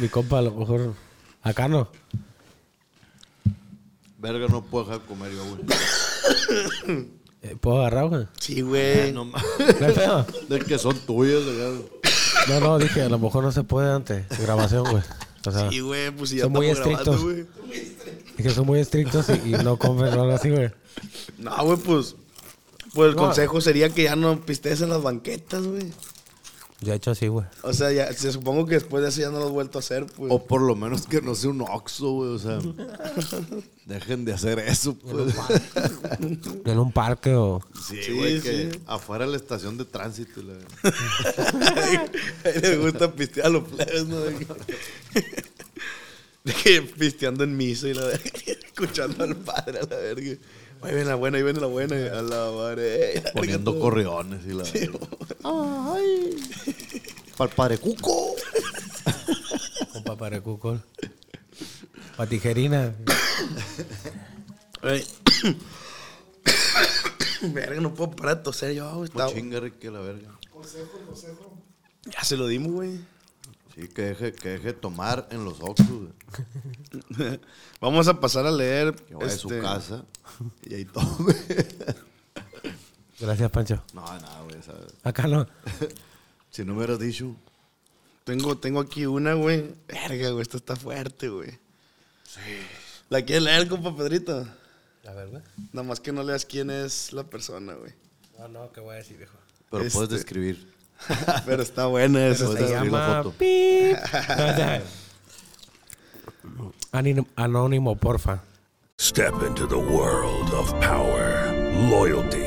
C: Mi compa, a lo mejor. Acá no.
D: verga, no puedo dejar de comer yo, güey.
C: Eh, ¿Puedo agarrar, güey?
B: Sí,
C: Ah,
B: güey.
D: No ma- [laughs]
C: No hay pedo.
D: de que son tuyas, de que-
C: No, no, dije, a lo mejor no se puede antes. Grabación, güey. O sea,
B: Sí, güey, pues si ya
C: Son muy
B: estamos grabando, güey.
C: estrictos. dije, son muy estrictos y, y no comen o algo así, güey.
B: No, güey, pues. Pues el
C: No.
B: consejo sería que ya no pistees en las banquetas, güey.
C: Yo he hecho así, güey.
B: O sea, ya, se supongo que después de eso ya no lo has vuelto a hacer, pues.
D: O por lo menos que no sea un oxo, güey. O
B: [laughs]
D: sea, dejen de hacer eso, pues.
C: En un parque o.
D: [laughs] Sí,
B: Sí,
D: güey,
B: sí.
D: que afuera de la estación de tránsito. la verga.
B: [laughs] Ahí [laughs] le gusta pistear a los plebes, ¿no? De que- [laughs] de que pisteando en misa y la verga, [laughs] escuchando al padre a la verga. Ahí viene la buena, ahí viene la buena. A la madre. eh,
D: Poniendo correones y la. Para el padre Cuco.
C: Con paparecucol. Pa' tijerina.
B: Ay. [coughs] verga, no puedo parar de toser yo, güey.
D: Pues
B: Está-
D: chinga, que la verga.
B: Ya se lo dimos, güey.
D: Sí, que deje, que deje de tomar en los oxos, güey.
B: Vamos a pasar a leer.
D: Que vaya a
B: este,
D: su
B: [laughs]
D: casa y ahí tome.
C: Gracias, Pancho.
D: no, nada, güey, ¿sabes?
C: Acá no.
D: Si no me hubieras dicho,
B: Tengo, tengo aquí una, güey. Verga, güey, esta está fuerte, güey. Sí. ¿La quieres leer, compa Pedrito?
C: A ver, güey.
B: Nada más que no leas quién es la persona, [laughs] güey.
C: No, no, ¿qué voy a decir, viejo?
D: pero
B: Este-
D: puedes describir.
B: Pero está buena esa.
D: Puedes
B: está-
C: Se
D: describir la
C: llama
D: foto.
C: Pip. [laughs] No, ya. Anim- Anónimo, porfa.
F: Step into the world of power, loyalty,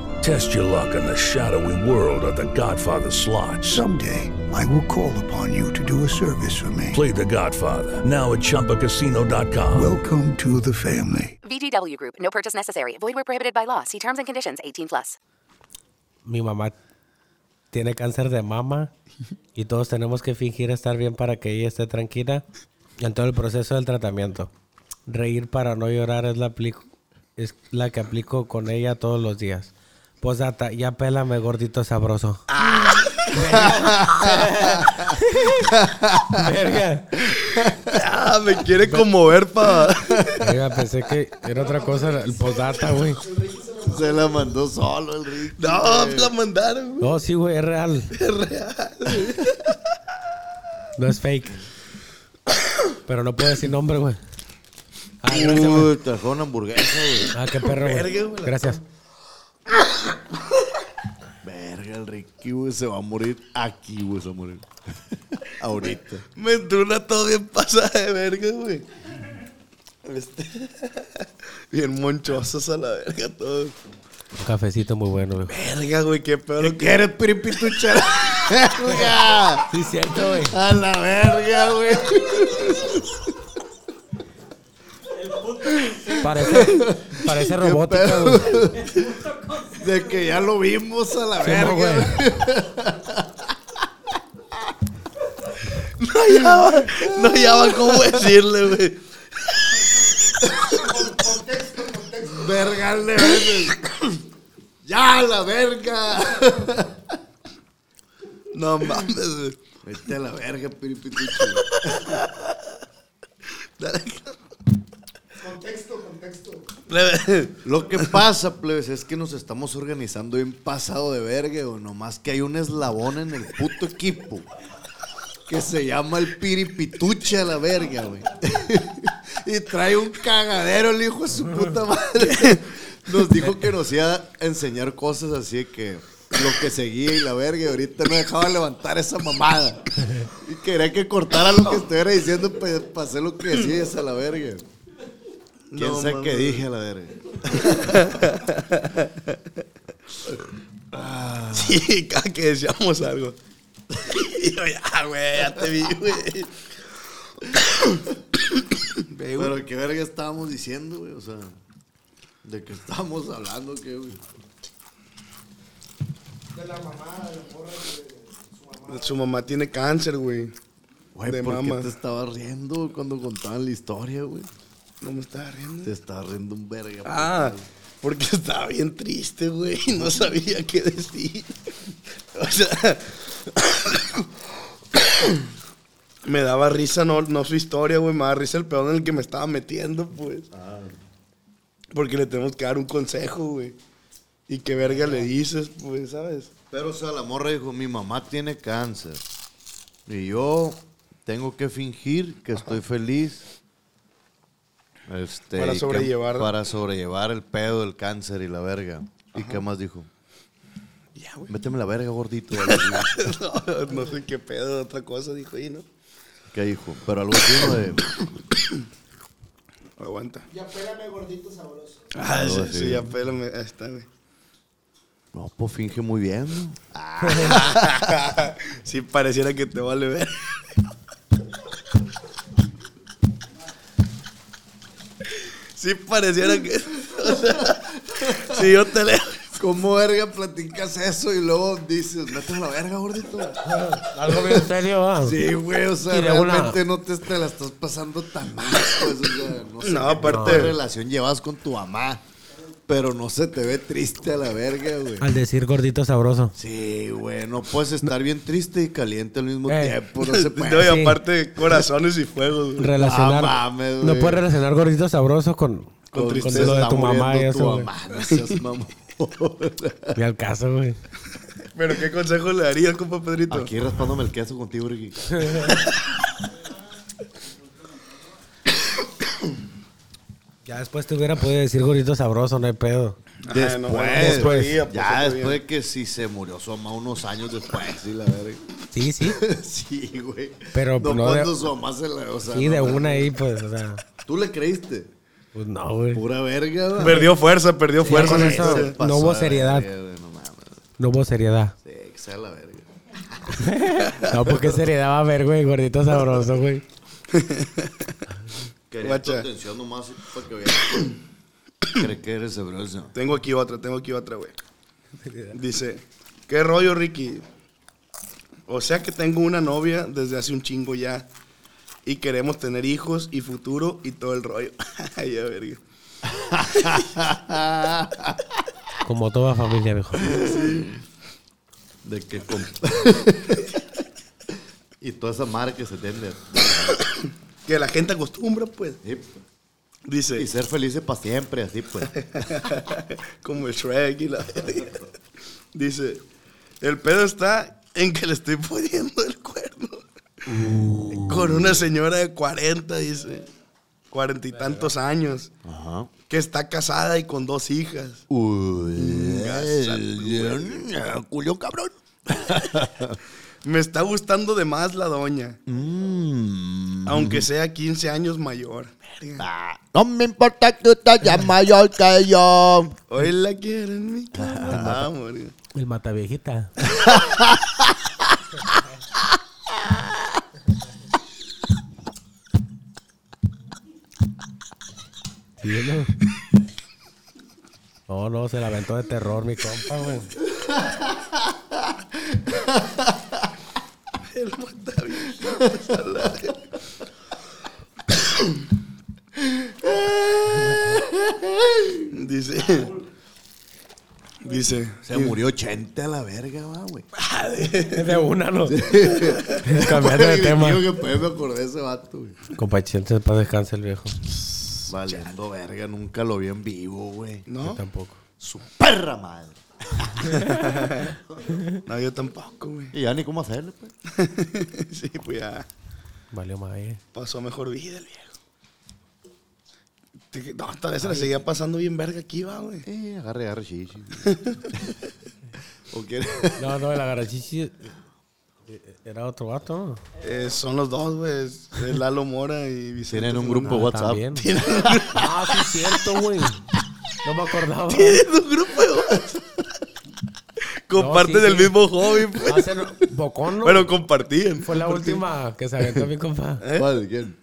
F: Test your luck in the shadowy world of The Godfather slot.
G: Someday, I will call upon you to do a service for me.
F: Play The Godfather now at ChumbaCasino.com.
G: Welcome to the family.
H: VGW Group. No purchase necessary. Void where prohibited by law. See terms and conditions. 18 plus.
C: Mi mamá tiene cáncer de mama y todos tenemos que fingir estar bien para que ella esté tranquila en todo el proceso del tratamiento. Reír para no llorar es la, aplico- es la que aplico con ella todos los días. Posata, ya pélame gordito sabroso. Verga.
B: Ah, me quiere conmover pa.
C: Verga, pensé que era otra cosa el posdata, güey.
D: [laughs] Se la mandó solo el Rick.
B: No, Ah, la mandaron, güey.
C: No, sí, güey, es real. Es real. no es fake. Pero no puedo decir nombre, güey. Ah, gracias, güey.
D: Uy, trajo una hamburguesa, güey.
C: Ah, qué perro,
B: Verga,
C: güey.
B: güey, la
C: Gracias.
D: Verga, el Ricky, güey, se va a morir aquí, güey, se va a morir. [laughs] Ahorita.
B: Me entró una todo bien pasada de verga, güey. Este, [laughs] bien monchosos a la verga todo.
C: Un cafecito muy bueno, güey.
B: Verga, güey, qué pedo. que-
D: ¿Quieres
B: [laughs]
D: piripituchar? ¡Verga!
C: Sí, cierto, güey.
D: ¡A la verga, güey!
C: Parece, parece robótica, güey.
D: De que ya lo vimos a la
C: Sí, no,
D: verga.
C: güey.
B: No hallaba, no hallaba cómo decirle, güey.
D: Verga, le verga. ¡Ya, la verga!
B: No mames, güey.
D: Vete a la verga, piripitucho.
B: Dale.
D: [laughs] Lo que pasa, plebes, es que nos estamos organizando bien pasado de verga, o nomás que hay un eslabón en el puto equipo que se llama el piripituche a la verga, güey. [laughs] y trae un cagadero el hijo de su puta madre. [laughs] Nos dijo que nos iba a enseñar cosas así de que lo que seguía y la verga, y ahorita no dejaba levantar esa mamada. Y quería que cortara lo que estuviera diciendo para hacer lo que decías a la verga. ¿Quién
B: No,
D: sabe qué
B: mames.
D: dije a la verga? Ah.
B: [laughs] Sí, cada que decíamos algo. [laughs] Y yo, ya, güey, ya te vi, güey. Ve, güey.
D: Pero qué verga estábamos diciendo, güey. O sea, ¿de qué estábamos hablando, qué, güey?
B: Su mamá tiene cáncer, güey.
D: Güey,
B: de
D: ¿por
B: mama.
D: qué te estaba riendo cuando contaban la historia, güey?
B: No me estaba riendo.
D: Te estaba riendo un verga.
B: Ah,
D: porque-
B: porque [laughs] estaba bien triste, güey. [laughs] y No sabía qué decir. O sea. [coughs] me daba risa, no, no su historia, güey. Me daba risa el peón en el que me estaba metiendo, pues. Porque le tenemos que dar un consejo, güey. Y qué verga le dices, pues, ¿sabes?
D: Pero, o sea, la morra dijo, mi mamá tiene cáncer. Y yo tengo que fingir que estoy feliz. Este,
B: Para
D: y que-
B: sobrellevar-
D: para sobrellevar el pedo, el cáncer y la verga. ¿Y qué más dijo?
B: Ya, güey. [laughs]
D: Méteme la verga, gordito. a la verga.
B: no, no sé qué pedo, otra cosa, dijo, y no.
D: ¿Qué dijo? Pero algo así, ¿no? de...
B: Aguanta.
I: Ya pégame gordito sabroso.
B: Ah,
D: Algo
B: sí,
D: así.
B: sí, ya pélame. Ahí está, [laughs] güey.
D: No, pues finge muy bien. ¿no?
B: Si pareciera que te vale ver. Si pareciera que. [laughs] o sea, si yo te leo.
D: ¿Cómo verga platicas eso y luego dices, méteme la verga, gordito?
C: Algo bien serio, ¿ah?
D: Sí, güey, o sea,
C: Y de una-
D: realmente no te, te la estás pasando tan mal, pues, o sea, no sé
B: No,
D: qué
B: aparte-
D: tipo de relación llevas con tu mamá, pero no se te ve triste a la verga, güey.
C: Al decir gordito sabroso.
D: Sí, güey, no puedes estar bien triste y caliente al mismo
C: Eh.
D: tiempo, [laughs] no se
B: No,
D: puede.
B: y aparte, corazones y fuegos. güey.
C: Relacionar.
D: Ah, mames,
C: no
D: güey.
C: puedes relacionar gordito sabroso con,
D: Con tristeza
C: lo de
D: está
C: tu mamá y
D: muriendo tu
C: eso. güey.
D: mamá, no seas mamón.
C: Ni al caso, güey.
B: Pero, ¿qué consejo le darías, compa Pedrito?
D: Aquí raspándome el queso contigo, Ricky.
C: Ya después te hubiera podido decir gordito sabroso, no hay pedo.
B: Ay, no,
D: Después,
C: después.
B: otro día, pues,
D: ya
B: otro
D: después
B: día.
D: de que si se murió su mamá unos años después, sí, la verga. [laughs]
C: Sí, sí.
D: Sí, güey.
C: Pero
D: no,
C: no de-
D: cuando su mamá se la. O sea,
C: Sí,
D: no
C: de
D: mames.
C: una ahí, pues, o sea.
D: ¿Tú le creíste?
C: Pues no, güey.
D: Pura verga, güey.
B: Perdió fuerza, perdió
C: Ya
B: fuerza.
C: con
B: güey.
C: eso
D: Se pasó
C: no hubo
D: de
C: seriedad.
D: verga, güey, no mames.
C: No hubo seriedad.
D: Sí, que sea la verga.
C: No, [laughs] porque seriedad va a haber, güey, gordito sabroso, güey.
D: Quería tu
B: Guacha.
D: atención nomás para que veas. [coughs] Cree que eres sabroso.
B: Tengo aquí otra, tengo aquí otra, güey. Dice, ¿qué rollo, Ricky? O sea que tengo una novia desde hace un chingo ya. Y queremos tener hijos y futuro y todo el rollo. [laughs] Ay, ya, verga.
C: Como toda familia, mejor.
D: De que con... [laughs] y toda esa madre que se tiende.
B: Que la gente acostumbra, pues.
D: Sí, Y
B: Dice,
D: ser felices para siempre, así pues.
B: [laughs] como el Shrek y la [laughs] verga. Dice, el pedo está en que le estoy poniendo el cuerno.
D: Uh.
B: Con una señora de 40, dice. Cuarenta y tantos años.
D: Ajá.
B: que está casada y con dos hijas.
D: Uy,
B: Gasa,
D: el- el culo cabrón.
B: [laughs] Me está gustando de más la doña,
D: Mm.
B: aunque sea 15 años mayor. Verga.
D: Ah, No me importa que usted sea mayor que yo.
B: Hoy la quiero en mi
D: [laughs]
B: cama. Ah, verga.
C: El mataviejita. Sí, ¿no? No, no, se la aventó de terror, mi compa, güey.
B: El mataviejita. Dice. Dice.
D: Se murió 80 a la verga, va, güey.
C: De una, no. Cambiando de tema.
D: Digo que pues me acordé de ese vato, güey.
C: Compa Chente, para descanse el viejo.
D: Valiendo verga, nunca lo vi en vivo, güey.
B: No. Yo tampoco.
D: Su perra madre.
B: no, yo tampoco, güey. [laughs]
D: Y ya ni cómo hacerle, pues.
B: sí, pues ya.
C: Valió más,
B: Pasó a mejor vida el viejo. Dije, No, tal vez se le seguía pasando bien verga aquí, va, güey.
D: Eh, agarre, agarre, [laughs] chichi.
B: ¿O quiere?
C: No, no, el agarrachichi eh, era otro vato, ¿no?
B: Eh, son los dos, güey. es Lalo Mora y Vicente.
D: Tienen un grupo
B: Fernández.
D: WhatsApp. [laughs] También.
B: Tienen-
C: Ah, sí, es cierto, güey. No me
B: [laughs]
C: acordaba.
B: Tienen un grupo de WhatsApp. Comparten
C: sí, Ah,
B: el
C: sí.
B: mismo hobby, pues.
C: Hace no- Bocón, ¿no?
B: Bueno, compartían.
C: Fue la
B: Compartían.
C: última que se aventó mi compa.
B: ¿Eh?
D: ¿Cuál? ¿Quién?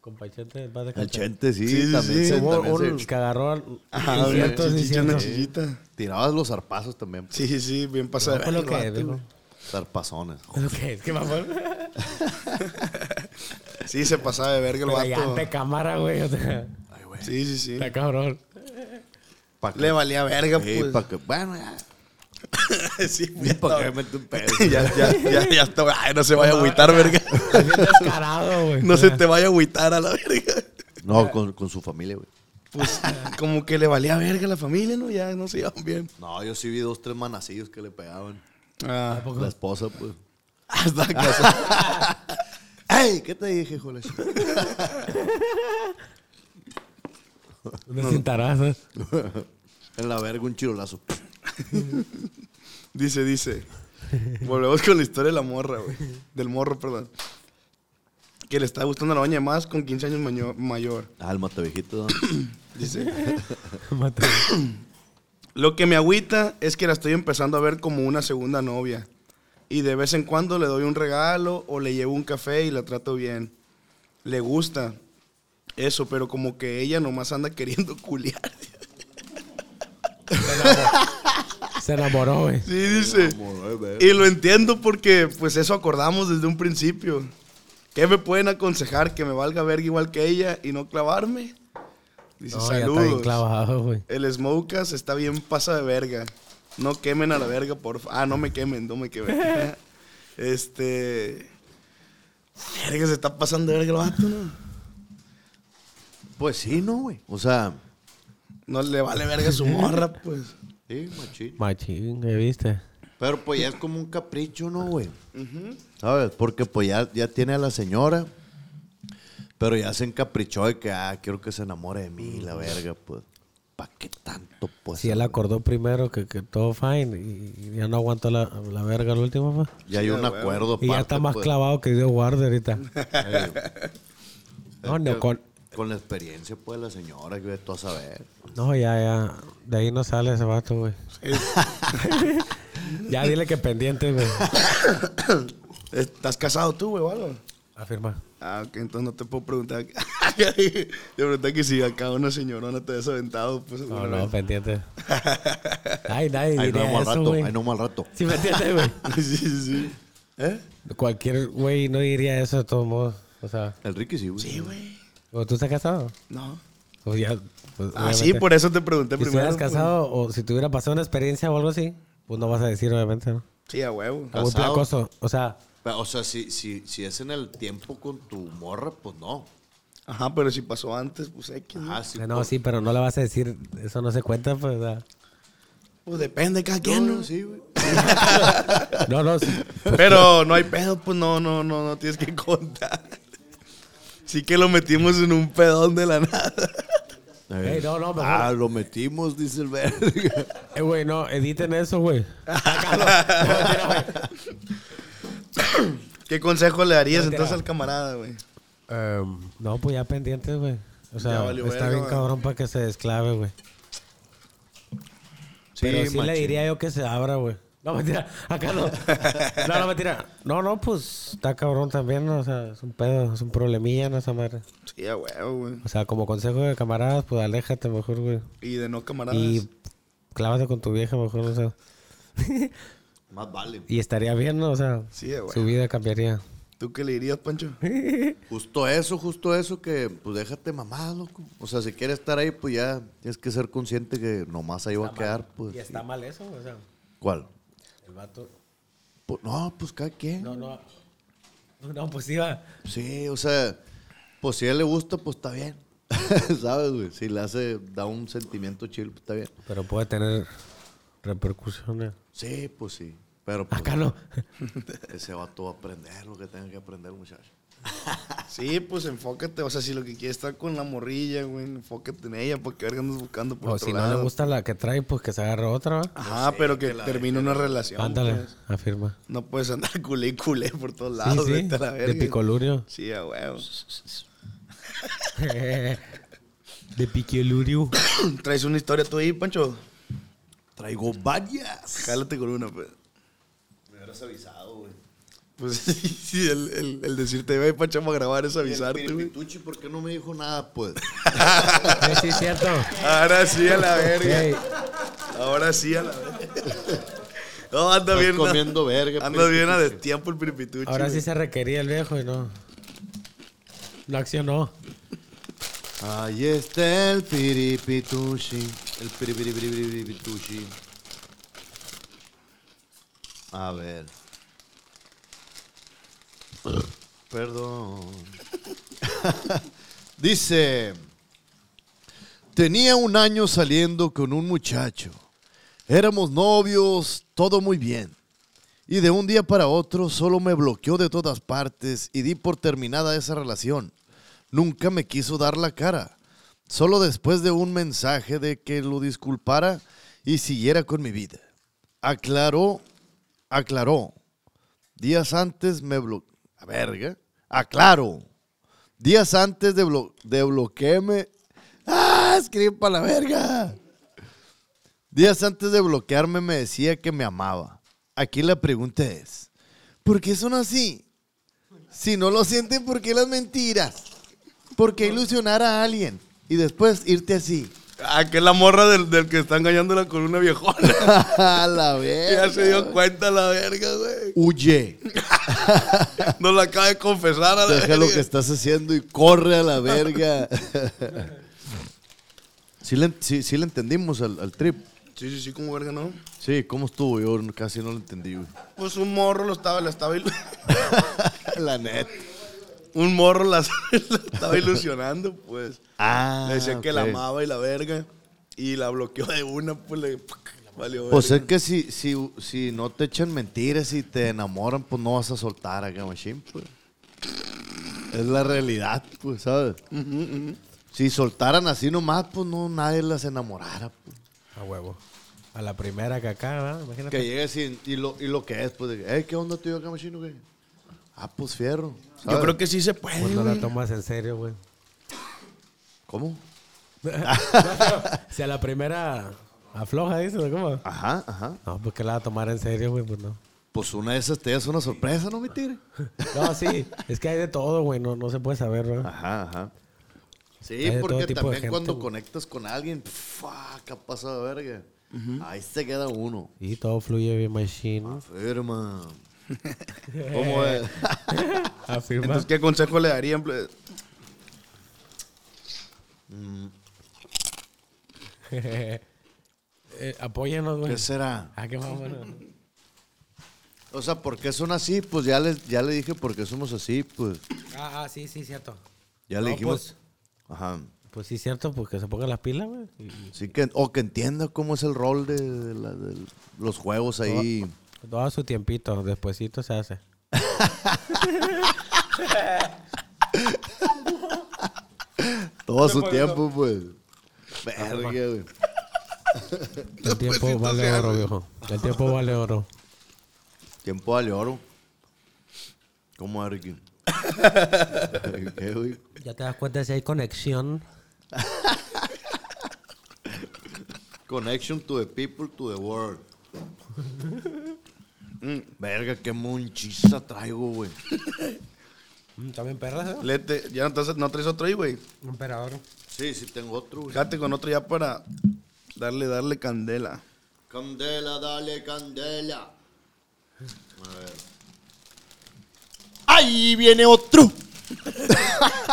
C: Compa Chente, va de
D: El
C: cantar.
D: Chente, sí.
B: Sí, sí,
D: también
B: sí.
D: se-
C: Hubo
D: también se-
C: un que agarró al...
B: Ajá,
C: sí,
B: güey,
C: cierto, sí,
B: chichicha,
C: cierto.
B: una chichita.
D: Tirabas los zarpazos también. pues.
B: Sí, sí, bien pasada. de
C: Fue lo
B: verga,
C: que
B: el vato,
C: dijo.
B: güey.
D: Zarpazones. Oh,
C: Lo que es, que mamón.
B: [laughs] Sí, se pasaba de verga el
C: Pero ya ante
B: vato.
C: cámara, güey. O sea,
B: Sí, sí, sí.
C: está cabrón.
D: Pa' que-
B: Le valía verga,
D: Sí,
B: pues.
D: pa' que- bueno, [laughs] ya.
B: [laughs] Sí,
D: Ni pa' que
B: güey.
D: me mete [laughs] un pedo.
B: ya, ya, ya, ya está. Ay, no se vaya a agüitar,
C: [laughs]
B: [laughs] verga.
C: Bien descarado, güey.
B: No se te vaya a agüitar a la verga.
D: No, con, con su familia, güey.
B: [laughs] Pues como que le valía verga a la familia, ¿no? Ya no se llevan bien.
D: No, yo sí vi dos, tres manacillos que le pegaban.
B: Ah,
D: La esposa, pues.
B: [laughs] hasta casa.
D: ¡Ey! ¿Qué te dije, hijo de la chingada?
C: Unas
B: [laughs]
C: cintarazas.
D: En la verga, un chirolazo.
B: Dice, dice. Volvemos con la historia de la morra, güey. Del morro, perdón. Que le está gustando la baña más con 15 años maño- mayor.
D: Álmate, viejito.
B: Dice.
C: Mata.
B: Lo que me agüita es que la estoy empezando a ver como una segunda novia. Y de vez en cuando le doy un regalo o le llevo un café y la trato bien. Le gusta eso, pero como que ella nomás anda [laughs] queriendo culiar.
C: Se enamoró, güey.
B: Sí, dice. Y lo entiendo porque pues eso acordamos desde un principio. ¿Qué me pueden aconsejar? Que me valga verga igual que ella y no clavarme. Dice,
C: No, ya está bien
B: saludos.
C: clavado, güey.
B: El Smokas está bien pasa de verga. No quemen a la verga, por fa- Ah, no me quemen, no me quemen.
D: [laughs]
B: este. Verga, se está pasando de verga el vato, ¿no?
D: [clears throat] Pues sí, ¿no, güey? O sea,
B: No le vale verga su morra, pues.
D: sí, machín.
C: Machín, ¿qué viste?
D: Pero pues ya es como un capricho, ¿no, güey? ¿Sabes? Porque pues ya, ya tiene a la señora, pero ya se encaprichó de que, ah, quiero que se enamore de mí, la verga, pues. ¿Para qué tanto, pues?
C: Si él acordó primero que, que todo fine y ya no aguantó la, la verga el último, pa.
D: Ya hay un acuerdo,
C: Y ya
D: aparte,
C: está más
D: pues. [laughs]
C: clavado que Dios guarde ahorita. No, no, con-
D: Con la experiencia, pues, la señora, que tú a saber.
C: no, ya, ya. De ahí no sale ese vato, güey. [laughs] ya dile que pendiente, güey.
B: [coughs] ¿Estás casado tú, güey, o algo?
C: Afirma.
B: Ah, ok, entonces no te puedo preguntar. [laughs] Yo pregunté que si acá una señorona te has aventado, pues.
C: No,
B: alguna
C: no,
D: [laughs]
B: vez.
C: pendiente. Ay, nadie
D: Ahí no
C: diría
D: vamos al
C: eso,
D: rato,
C: güey.
D: ahí no vamos al rato.
C: Sí, me entiendes, güey.
B: [laughs] sí, sí,
C: [laughs]
B: sí. ¿Eh?
C: Cualquier güey no diría eso de todos modos. O sea,
D: El Ricky sí, güey. Sí,
B: Güey,
C: ¿o ¿tú estás casado?
B: No.
C: O ya, pues,
B: Ah,
C: obviamente.
B: sí, por eso te pregunté
C: Si
B: primero.
C: estuvieras
B: pues.
C: casado o si te hubiera pasado una experiencia o algo así, pues no vas a decir, obviamente, ¿no?
B: Sí, a huevo.
C: Algo
D: Casado.
C: placoso. O sea,
D: O sea, si, si, si es en el tiempo con tu morra, pues no.
B: Ajá, pero si pasó antes, pues X. ¿no?
D: Ah, sí.
C: no,
D: por-
C: sí, [laughs] pero no le vas a decir, eso no se cuenta, pues, o sea.
B: Pues depende, cada
D: No,
B: quien, ¿no?
D: no, sí, güey.
C: No, no, sí.
B: Pero no hay pedo, pues no, no, no, no tienes que contar. Sí que lo metimos en un pedón de la nada.
C: Ey, no, no, mejor.
D: Ah, lo metimos, dice el
C: [laughs]
D: verga.
C: Eh, güey, no, editen eso, güey.
B: [coughs] ¿Qué consejo le darías
C: No,
B: entonces
C: tira.
B: al camarada, güey?
C: Em, no, pues ya pendientes, güey. O
B: Ya
C: sea,
B: valió
C: está
B: verga,
C: bien
B: güey.
C: cabrón para que se desclave, güey. Pero sí le
D: machín.
C: diría yo que se abra, güey. No, mentira, acá no. No, no, mentira. No, no, pues está cabrón también, ¿no? O sea, es un pedo, es un problemilla, ¿no? Esa madre.
B: Sí, a huevo, güey.
C: O sea, como consejo de camaradas, pues aléjate mejor, güey.
B: Y de no camaradas.
C: Y clávate con tu vieja mejor, o sea.
D: Más vale.
C: Y estaría bien, ¿no? O sea,
B: Sí, güey.
C: su vida cambiaría.
B: ¿Tú qué le dirías, Pancho?
D: Justo eso, justo eso, que pues déjate mamá, loco. O sea, si quieres estar ahí, pues ya tienes que ser consciente que nomás ahí va a quedar, pues.
C: Y está mal eso, o sea,
D: ¿Cuál?
C: el vato.
D: Pues, no, pues cada quien.
C: No, no. No, pues iba.
D: Sí, o sea, pues si a él le gusta, pues está bien. [laughs] ¿Sabes, güey? Si le hace, da un sentimiento chill, pues, está bien.
C: Pero puede tener repercusiones.
D: Sí, pues sí. Pero pues,
C: Acá no.
D: Ese vato va a aprender lo que tenga que aprender, muchacho.
B: Sí, pues enfócate. O sea, si lo que quieres estar con la morrilla, güey, enfócate en ella, porque verga andas buscando por
C: O
B: otro
C: si no
B: lado. Ah,
C: le gusta pues, la que trae, pues que se agarre otra, ¿va?
B: Ajá, pero que, termine una relación.
C: Ándale,
B: pues.
C: afirma.
B: No puedes andar [laughs] culé y culé por todos lados,
C: sí,
B: vete a la
C: de
B: verga.
C: picolurio.
B: Sí, a huevo. [clears throat]
C: De piquelurio.
B: ¿Traes una historia tú ahí, Pancho?
D: Traigo varias.
B: Jálate con una, pues.
D: Me hubieras avisado, güey.
B: Pues [laughs] sí, sí, el, el, el decirte, ve, Pancho, vamos a grabar es avisarte, güey.
D: Piripituchi, ¿por qué no me dijo nada, pues?
C: [laughs] sí, es cierto.
B: Ahora sí, a la
C: Ey.
B: verga. Ahora sí, a la
D: [laughs]
B: verga. No, anda
D: Estás
B: bien.
D: comiendo verga,
B: Anda bien a
D: piripituchi.
B: destiempo el piripituchi.
C: Ahora sí
B: güey.
C: se requería el viejo y no. No accionó.
D: Ahí está el piripitushi. El piripiripiripiripitushi. A ver. Perdón. [laughs] Dice, tenía un año saliendo con un muchacho. Éramos novios, todo muy bien. Y de un día para otro solo me bloqueó de todas partes y di por terminada esa relación. Nunca me quiso dar la cara. Solo después de un mensaje de que lo disculpara y siguiera con mi vida. Aclaró, aclaró. Días antes me bloqueó. A verga. Aclaro. Días antes de, blo- de bloquearme. ¡Ah! Escribí para la verga. Días antes de bloquearme me decía que me amaba. Aquí la pregunta es, ¿por qué son así? Si no lo sienten, ¿por qué las mentiras? ¿Por qué ilusionar a alguien y después irte
B: [laughs]
D: así? [laughs]
B: Ah, que es la morra del, del que está engañándola con una viejona. [laughs]
D: A la verga.
B: ya se dio cuenta la verga, güey.
D: Huye,
B: No la acaba de confesar a la
D: deja lo
B: verga.
D: que estás haciendo y corre a la
B: [laughs]
D: verga. Sí le, sí- sí le entendimos al, al trip.
B: Sí, sí, sí, como verga, ¿no?
D: Sí, ¿cómo estuvo? Yo casi no lo entendí, güey.
B: Pues un morro lo estaba, la estaba [laughs] ilu-
D: La neta.
B: Un morro la, [laughs] la estaba ilusionando, pues.
D: Ah,
B: le decía que la
D: ok.
B: amaba y la verga. Y la bloqueó de una, pues le valió
D: Pues es
B: verga.
D: que si, si, si no te echan mentiras y te enamoran, pues no vas a soltar a Gamashim, pues. Es la realidad, pues, ¿sabes? Si soltaran así nomás, pues no nadie las enamorara. pues.
C: A huevo. A la primera que acá, ¿verdad?
D: Que
C: Imagínate.
D: llegue sin, y, lo, y lo que es, pues, de que, "Ey, ¿qué onda tú y yo, Gamashim, o qué?" Ah, pues fierro.
B: Yo creo que sí se puede.
C: Pues no la
B: güey.
C: tomas en serio,
D: [laughs]
C: güey.
D: ¿Cómo?
C: Si a la primera afloja, dices, ¿o ¿cómo?
D: Ajá, ajá.
C: No, pues que la va a tomar en serio, güey, pues no.
D: Pues una de esas te das una sorpresa, ¿no, mi tire?
C: No, sí, es que hay de todo, güey, no, no se puede saber, ¿verdad?
D: Ajá, ajá. Sí,
C: Hay de todo
D: porque
C: tipo de
D: también
C: gente,
D: cuando
C: güey.
D: conectas con alguien, fuck, pasa de verga. Ahí se queda uno.
C: Y todo fluye
D: [laughs]
C: bien, machine. [laughs]
D: Firma. ¿Cómo es?
C: Afirma.
B: Entonces, ¿qué consejo le darían? pues?
C: [laughs] Eh, apóyanos, güey.
D: ¿Qué será?
C: Ah, qué más bueno.
D: O sea, ¿por qué son así? Pues ya les, ya le dije por qué somos así, pues.
C: Ah, ah, sí, sí, cierto.
D: Ya le
C: No,
D: dijimos. Ajá.
C: Pues sí, cierto, porque se pongan las pilas, güey. Y-
D: Sí que, o que entienda cómo es el rol de, de la- de los juegos ahí.
C: y Todo a su tiempito, despuesito se hace.
D: Todo
C: [laughs]
D: a su tiempo, pues. Verga, güey.
C: El tiempo vale oro, viejo. El tiempo vale oro.
D: Tiempo vale oro. ¿Cómo es, Ricky? ¿Qué, güey?
C: Ya te das cuenta si hay conexión.
D: Connection é to the people, to the world. Mm, Verga, qué monchiza traigo, güey.
C: También perras, ¿eh?
B: Lete, ya no, traes- no traes otro ahí, güey.
C: Emperador.
D: Sí, sí tengo otro, güey.
B: Fíjate con otro ya para darle, darle candela.
D: Candela, dale, candela. A ver. Ahí viene otro.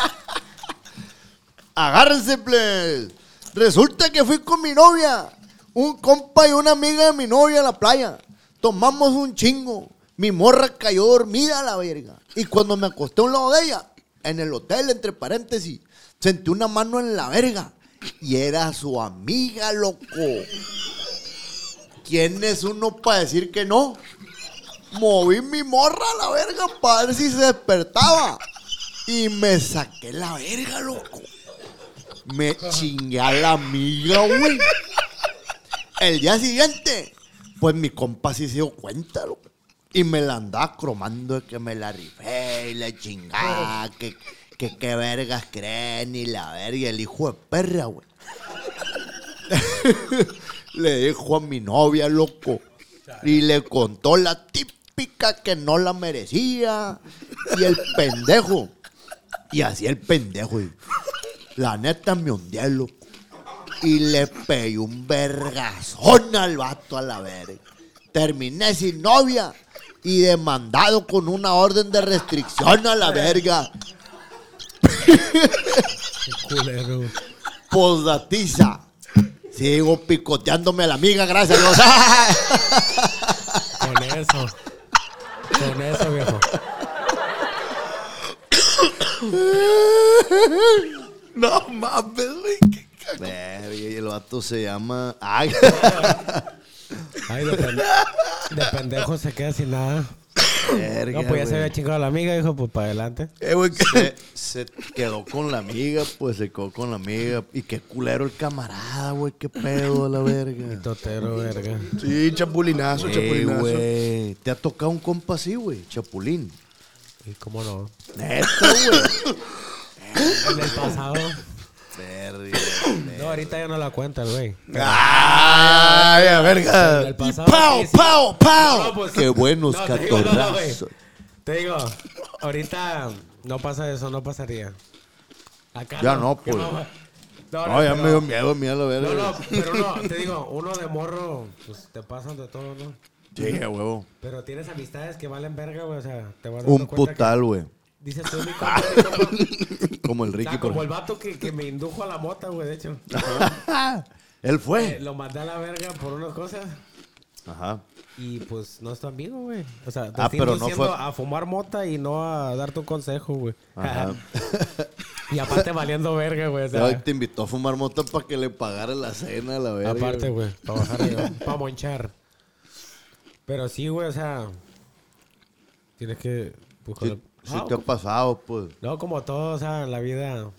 D: [laughs] Agárrense, please. Resulta que fui con mi novia, un compa y una amiga de mi novia a la playa. Tomamos un chingo. Mi morra cayó dormida a la verga. Y cuando me acosté a un lado de ella, en el hotel, entre paréntesis, Sentí una mano en la verga. Y era su amiga, loco. ¿Quién es uno para decir que no? Moví mi morra a la verga para ver si se despertaba. Y me saqué la verga, loco. Me chingué a la amiga, güey. El día siguiente, pues mi compa sí se dio cuenta, loco. Y me la andaba cromando de que me la rifé y la chingada, que, que qué vergas creen y la verga. Y el hijo de perra, güey. [laughs] le dijo a mi novia, loco. Y le contó la típica que no la merecía. Y el pendejo. Y así el pendejo. y la neta me hundí, loco. Y le pegué un vergazón al vato a la verga. Terminé sin novia y demandado con una orden de restricción a la verga.
C: Culero.
D: Posdatiza. Sigo picoteándome a la amiga, gracias a Dios. [laughs]
C: Con eso. Con eso, viejo.
D: No mames, güey. Verga, y el vato se llama.
C: [laughs]
D: Ay.
C: Ay, de, pen- de pendejo se queda sin nada.
D: Verga,
C: no, pues ya se
D: güey. Eh,
C: había chingado a la amiga, dijo, pues para adelante.
D: se, se quedó con la amiga, pues se quedó con la amiga. Y qué culero el camarada, güey, qué pedo a la verga.
C: Totero, verga.
B: Sí, chapulinazo,
D: Sí,
B: chapulinazo.
D: güey. Te ha tocado un compa así, güey, chapulín.
C: Y cómo no.
D: Neta, güey.
C: En el pasado.
D: Verga.
C: No, ahorita ya no la cuenta, el güey.
D: Ay, a
C: En
D: verga.
C: el
D: Eh, Y
C: pasado
D: pao,
C: sí, sí.
D: pao,
C: No, no,
D: pao.
C: pues-
D: Qué buenos
C: No, te digo, no, no, güey.
D: catorrazos.
C: Te digo, ahorita no pasa eso, no pasaría. Acá
D: Ya no, pues.
C: güey. No,
D: No, ya
C: pero-
D: me dio miedo, miedo a la
C: No,
D: verga.
C: no, pero no, te digo, uno de morro, pues te pasan de todo, ¿no?
D: Sí, a huevo.
C: Pero tienes amistades que valen verga, güey, o sea, te vas dando
D: Un
C: cuenta que-
D: putal, güey.
C: Dices
D: [laughs]
C: tú, mi compa, mi compa.
D: Como el
C: O sea,
D: Ricky.
C: como el
D: por-
C: vato que, que me indujo a la mota, güey, de hecho.
D: [laughs] Él
C: Eh,
D: fue.
C: lo mandé a la verga por unas cosas
D: Ajá.
C: y pues no es tu amigo, güey. O sea, te
D: Ah,
C: estoy
D: pero no
C: induciendo
D: fue-
C: a fumar mota y no a darte un consejo, güey.
D: Ajá.
C: [laughs] y aparte valiendo verga, güey. O sea,
D: Ay, te invitó a fumar mota para que le pagara la cena, la verga.
C: Aparte, güey, para bajar,
B: [laughs]
C: para monchar. Pero sí, güey, o sea, tienes que buscar.
D: Si, te ha pasado, pues.
C: No, como todo, o sea, en la vida,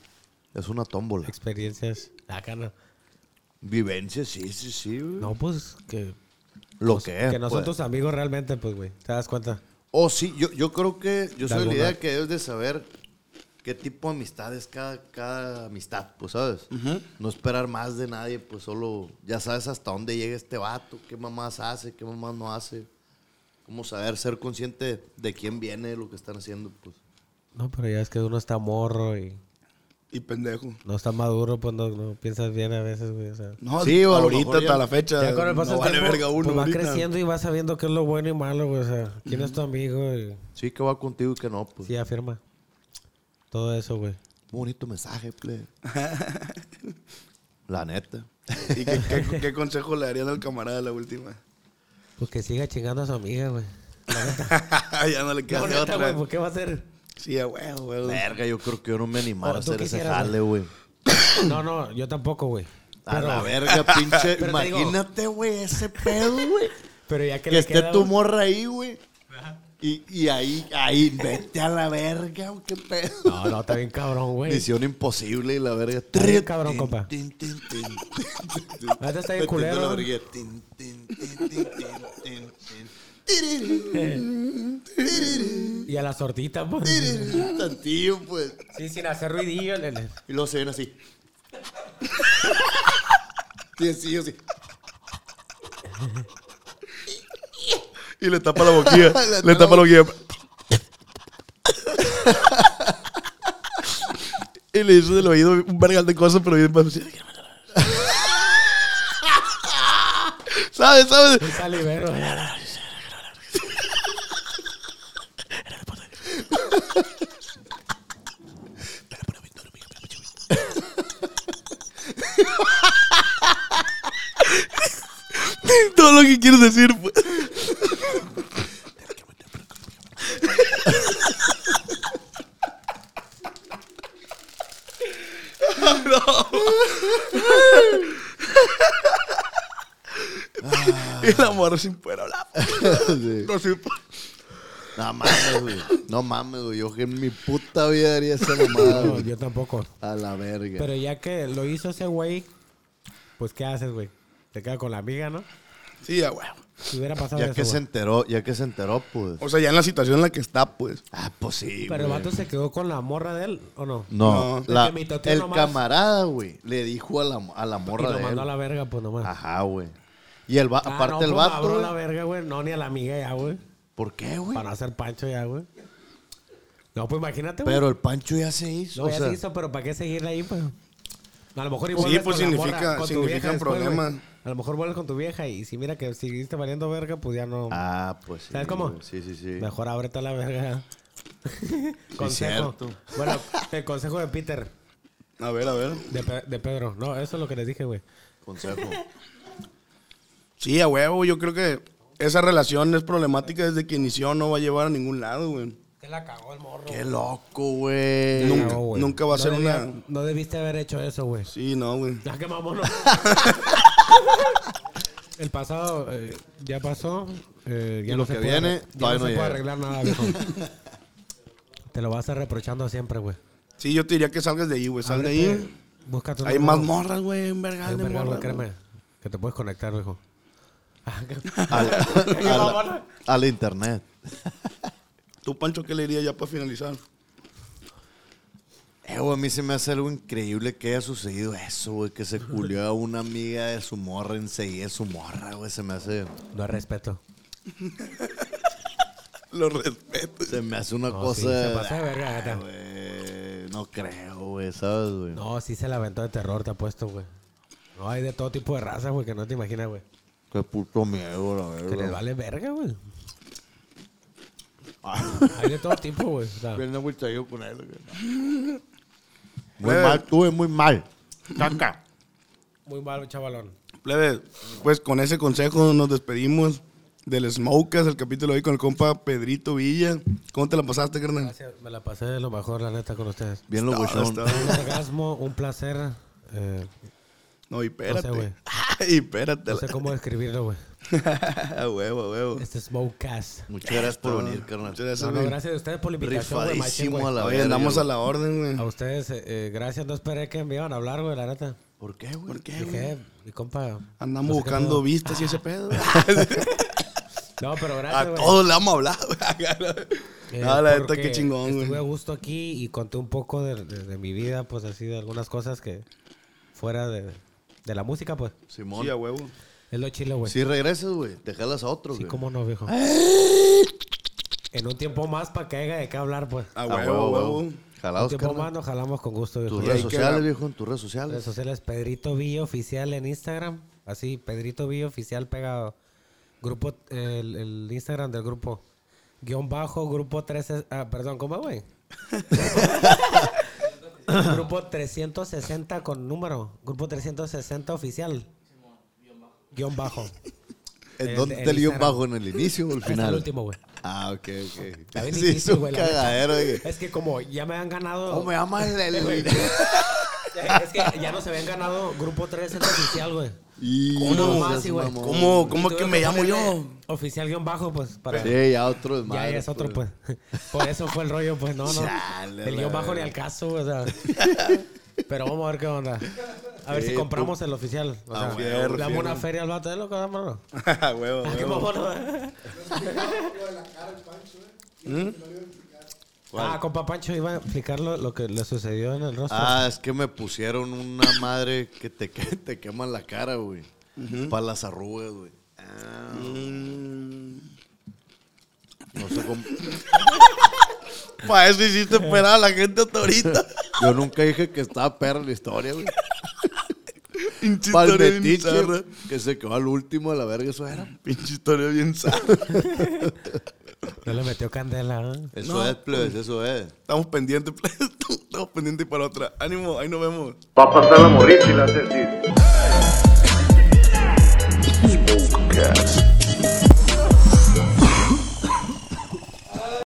D: Es una tómbola.
C: experiencias. Acá no.
D: Vivencia, sí, sí, sí, güey.
C: No, pues que,
D: Lo
B: Eh,
D: que es.
C: que no
D: pues.
C: son tus amigos realmente, pues, güey. ¿Te das cuenta?
D: Oh, sí, yo, yo creo que. Yo soy de
C: De
D: la
C: alguna.
D: idea que debes de saber qué tipo de amistad es cada, cada amistad, pues, ¿sabes? No esperar más de nadie, pues solo. Ya sabes hasta dónde llega este vato, qué mamás hace, qué mamás no hace. Cómo saber ser consciente de quién viene, de lo que están haciendo, pues.
C: No, pero ya es que uno está morro y
B: Y pendejo.
C: no está maduro, pues no, no piensas bien a veces, güey. O sea,
B: No,
D: Sí, o a lo
B: ahorita
D: mejor ya-
B: hasta la fecha.
C: ya con el paso
B: no
C: del
B: vale
C: tiempo,
B: verga uno.
C: pues, vas
B: ahorita.
C: creciendo y vas sabiendo qué es lo bueno y malo, güey. O sea, quién es tu amigo y
D: Sí, que va contigo y que no, pues.
C: sí afirma. Todo eso, güey.
D: Bonito mensaje,
C: [laughs]
D: ple. la neta.
B: ¿Y qué, qué- qué consejo le darías al camarada la última? [laughs]
C: Pues que siga chingando a su amiga, güey.
B: ya no le queda
C: No,
B: de
C: neta,
B: otra.
C: güey, ¿por ¿Qué va a hacer?
B: Sí, a huevo, huevo.
D: Verga, yo creo que yo no me animara
C: Oh,
D: a
C: tú
D: hacer ese
C: quisieras,
D: jale, güey.
C: No, no, yo tampoco, güey.
D: A
C: Pero-
D: la verga, pinche.
C: pero te digo-
D: Imagínate, güey, ese pedo, güey.
C: Pero ya que,
D: que
C: le
D: esté
C: queda,
D: tu
C: güey,
D: morra ahí, güey. Y, y ahí, ahí, vete a la verga, güey, qué pedo.
C: No, no, está bien cabrón, güey.
D: Misión imposible y la verga.
C: eh, bien cabrón, compa.
D: Ahorita
C: Ahorita Ah, está bien culero. Y a la sordita, pues.
B: [laughs]
D: Tantillo, pues.
C: Sí, sin hacer ruidillo. le- le-
D: Y luego se ven
B: [laughs]
D: así. Sí, sí, sí.
B: Y le tapa la boquilla.
D: Le
B: le tapa [laughs] la boquilla. y le hizo del oído un vergal de cosas, pero bien más así. ¿Sabes? ¿Sabes?
C: Un salivero.
B: Todo lo que quieres decir, pues. [laughs] Y la morra sin poder hablar.
D: Sí.
B: No, sí, pa-
D: No mames, güey. No mames, güey. Yo que en mi puta vida haría esa mamada.
C: No,
D: güey.
C: yo tampoco.
D: A la verga.
C: Pero ya que lo hizo ese güey, pues ¿qué haces, güey? Te queda con la amiga, ¿no?
B: Sí, ya, güey.
C: Si hubiera pasado
D: ya
C: eso,
D: que se
C: güey.
D: enteró, ya que se enteró, pues.
B: O sea, ya en la situación en la que está, pues.
D: Ah, pues sí.
C: Pero el
D: güey.
C: vato se quedó con la morra de él, ¿o no?
D: No,
C: De
D: la-
C: que mi toteo
D: el
C: nomás-
D: camarada, güey, le dijo a la, a la
C: Y
D: morra
C: lo
D: de él.
C: mandó a la verga, pues nomás.
D: Ajá, güey. Y el va-
C: Ah,
D: aparte
C: no,
D: el
C: pues,
D: vato,
C: Abro
D: güey,
C: la verga, güey. No, ni a la amiga ya, güey.
D: ¿por qué, güey?
C: Para hacer pancho ya, güey. No, pues imagínate, güey.
D: Pero el Pancho ya se hizo,
C: No,
D: o
C: ya
D: sea,
C: se hizo, pero ¿para qué seguir ahí, pues? A lo mejor y
B: Sí,
C: vuelves
B: pues,
C: con la
B: significa-
C: morra, con tu
B: significan
C: vieja después, güey.
B: problemas.
C: A lo mejor vuelves con tu vieja y si mira que seguiste valiendo verga, pues ya no.
D: Ah, pues sí.
C: ¿Sabes cómo?
D: güey. Sí, sí, sí.
C: Mejor ábrete a la verga. [laughs] consejo.
D: cierto.
C: Bueno, el consejo de Peter,
B: A ver, a ver.
C: de, Pe- de Pedro. No, eso es lo que les dije, güey. [laughs]
D: Consejo.
B: Sí, a huevo, yo creo que esa relación es problemática desde que inició, no va a llevar a ningún lado, güey.
C: Te la cagó el morro.
D: Qué loco, güey.
B: Nunca, nunca va a
C: No
B: ser
C: debía-
B: una.
C: No debiste haber hecho eso, güey.
B: Sí, no, güey.
C: Ya que vámonos. [laughs] El pasado eh, ya pasó. eh, ya
D: Y
C: no
D: lo
C: se
D: que
C: puede
D: viene,
C: arre- ya
D: todavía
C: no
D: no
C: se
D: llega.
C: puede arreglar nada, viejo. Te lo vas a estar reprochando siempre, güey.
B: Sí, yo te diría que salgas de ahí, güey. Sal de
C: Ábrete,
B: ahí.
C: Búscate un
B: Hay más
C: número.
B: morras, güey. Un vergal
C: Hay un
B: de
C: vergal, güey,
B: morras.
C: créeme. Que te puedes conectar, viejo.
D: Al, al,
C: mamona.
D: al internet.
B: ¿Tú, Pancho, qué le dirías ya para finalizar?
D: Eh, güey, a mí se me hace algo increíble que haya sucedido eso, güey. Que se culió a una amiga de su morra enseguida de su morra, güey. Se me hace...
C: No hay respeto.
B: Lo respeto.
D: Se me hace una
C: No,
D: cosa...
C: sí, se pasó de verga,
D: Ah,
C: gata.
D: güey, no creo, güey, ¿sabes, güey?
C: No, sí se la aventó de terror, te apuesto, güey. No, hay de todo tipo de razas, güey, que no te imaginas, güey.
D: Qué puto miedo, la
C: Que les
D: verdad.
C: vale verga, güey. Hay de todo tipo, güey. o sea.
D: Bien agüitadillo con él, güey.
B: Eh.
D: Muy mal, tuve muy mal. Caca.
C: Muy malo, chavalón.
B: Plebe, pues con ese consejo nos despedimos del Smokas, el capítulo de hoy con el compa Pedrito Villa. ¿Cómo te la pasaste, carnal?
C: Gracias, me la pasé de lo mejor, la neta, con ustedes.
D: Bien lo
B: Todo, todo.
C: Un orgasmo, un placer. eh,
B: No, y espérate.
C: No sé, güey.
B: Ay, espérate.
C: no sé cómo describirlo, güey.
B: [laughs] A huevo, a huevo.
C: Este Smokecast.
D: Muchas gracias por venir, carnal.
B: Muchas gracias,
C: No, no,
B: güey.
C: gracias a ustedes por la invitación, güey. machín,
D: Rifadísimo a
C: güey.
D: la
B: Oye,
D: verga.
B: andamos a
D: güey.
B: la orden,
C: A
B: güey.
C: ustedes, eh, eh, gracias. No esperé que me iban a hablar, güey, la neta.
D: ¿Por qué, güey?
B: ¿Por qué, güey?
C: Dije, mi compa.
B: Andamos
C: no sé qué
B: buscando
C: pedo. [laughs]
B: vistas y ese pedo. [laughs] güey.
C: No, pero gracias,
B: a
C: güey.
B: todos le vamos a hablar, güey.
C: [laughs] Eh,
B: No, la neta,
C: porque
B: qué chingón,
C: Estuve a
B: güey.
C: gusto aquí y conté un poco de, de- de mi vida, pues así, de algunas cosas que fuera de, de la música, pues.
D: Simón.
B: Sí, a huevo.
C: Es lo chilo, güey.
D: Si regresas, güey, te jalas a otro,
C: Sí,
D: güey.
C: cómo no, viejo. En un tiempo más para que haya de qué hablar, pues.
B: A
D: A
B: huevo, a huevo.
C: Un
D: Jalados,
C: tiempo
D: carnal.
C: más nos jalamos con gusto,
D: Tus
C: viejo.
D: redes
B: hay que-
D: sociales, viejo, en tus redes
C: Redes
D: sociales.
C: sociales, Pedrito Villa Oficial en Instagram. Así, Pedrito Villa Oficial pegado. Grupo, eh, el, el Instagram del grupo. Guión bajo, grupo 13... Ah, perdón, ¿cómo,
D: [laughs]
C: güey? grupo 360 con número. Grupo 360 oficial. Guión bajo.
D: ¿En
C: El-
D: dónde
C: el
D: te lío
C: Instagram.
D: bajo? ¿En el inicio o el
C: [laughs] Ahí está el
D: final?
C: último, güey.
D: Ah, ok, ok.
C: Está
D: [laughs]
C: bien
D: Sí,
C: difícil,
D: es un
C: güey, la neta.
D: cagadero, güey.
C: Es que como ya me han ganado...
D: ¿Cómo me llamas el-
C: [laughs]
D: el
C: es que ya no se habían ganado grupo 360 oficial, güey.
D: Y-
C: ¿Cómo?
D: No seas
C: güey.
D: mamón.
B: ¿Cómo, cómo
C: Tuve
B: que me llamo yo?
C: ponerle Oficial guión bajo, pues, para...
D: Sí, ya otro es
C: Ya es otro,
D: [laughs]
C: pues. [laughs] Por eso fue el rollo, pues, no, no.
D: Chale,
C: el
D: la
C: guión bajo ni
D: verga.
C: al caso,
D: [laughs]
C: o sea. Pero vamos a ver qué onda. A ver si compramos el oficial. O
D: Ah,
C: sea,
B: fierro,
C: le damos
B: fierro.
C: una feria al vato de loco, vámonos.
B: A huevo, a
C: Qué
B: huevo.
C: vámonos, eh. Ah, compa Pancho iba a explicar lo, lo que le sucedió en el rostro.
D: Ah, es que me pusieron una madre que te, [laughs] que te quema la cara, güey. Para las arrugas, güey. Ah, No sé cómo. [laughs]
B: Para eso hiciste esperar a la gente hasta ahorita.
D: Yo nunca dije que estaba perra la historia, [laughs] güey.
B: Pinche
D: Pa'l
B: historia bien
D: metiche,
B: zarra.
D: que se quedó al último de la verga, eso era.
B: Pinche historia bien zarra.
C: No le metió candela, ¿eh?
D: Eso es, plebes, eso es.
B: Estamos [laughs] pendientes, please. Estamos pendientes para otra. Ánimo, ahí nos vemos.
E: Va a pasar la morrita y la hace así.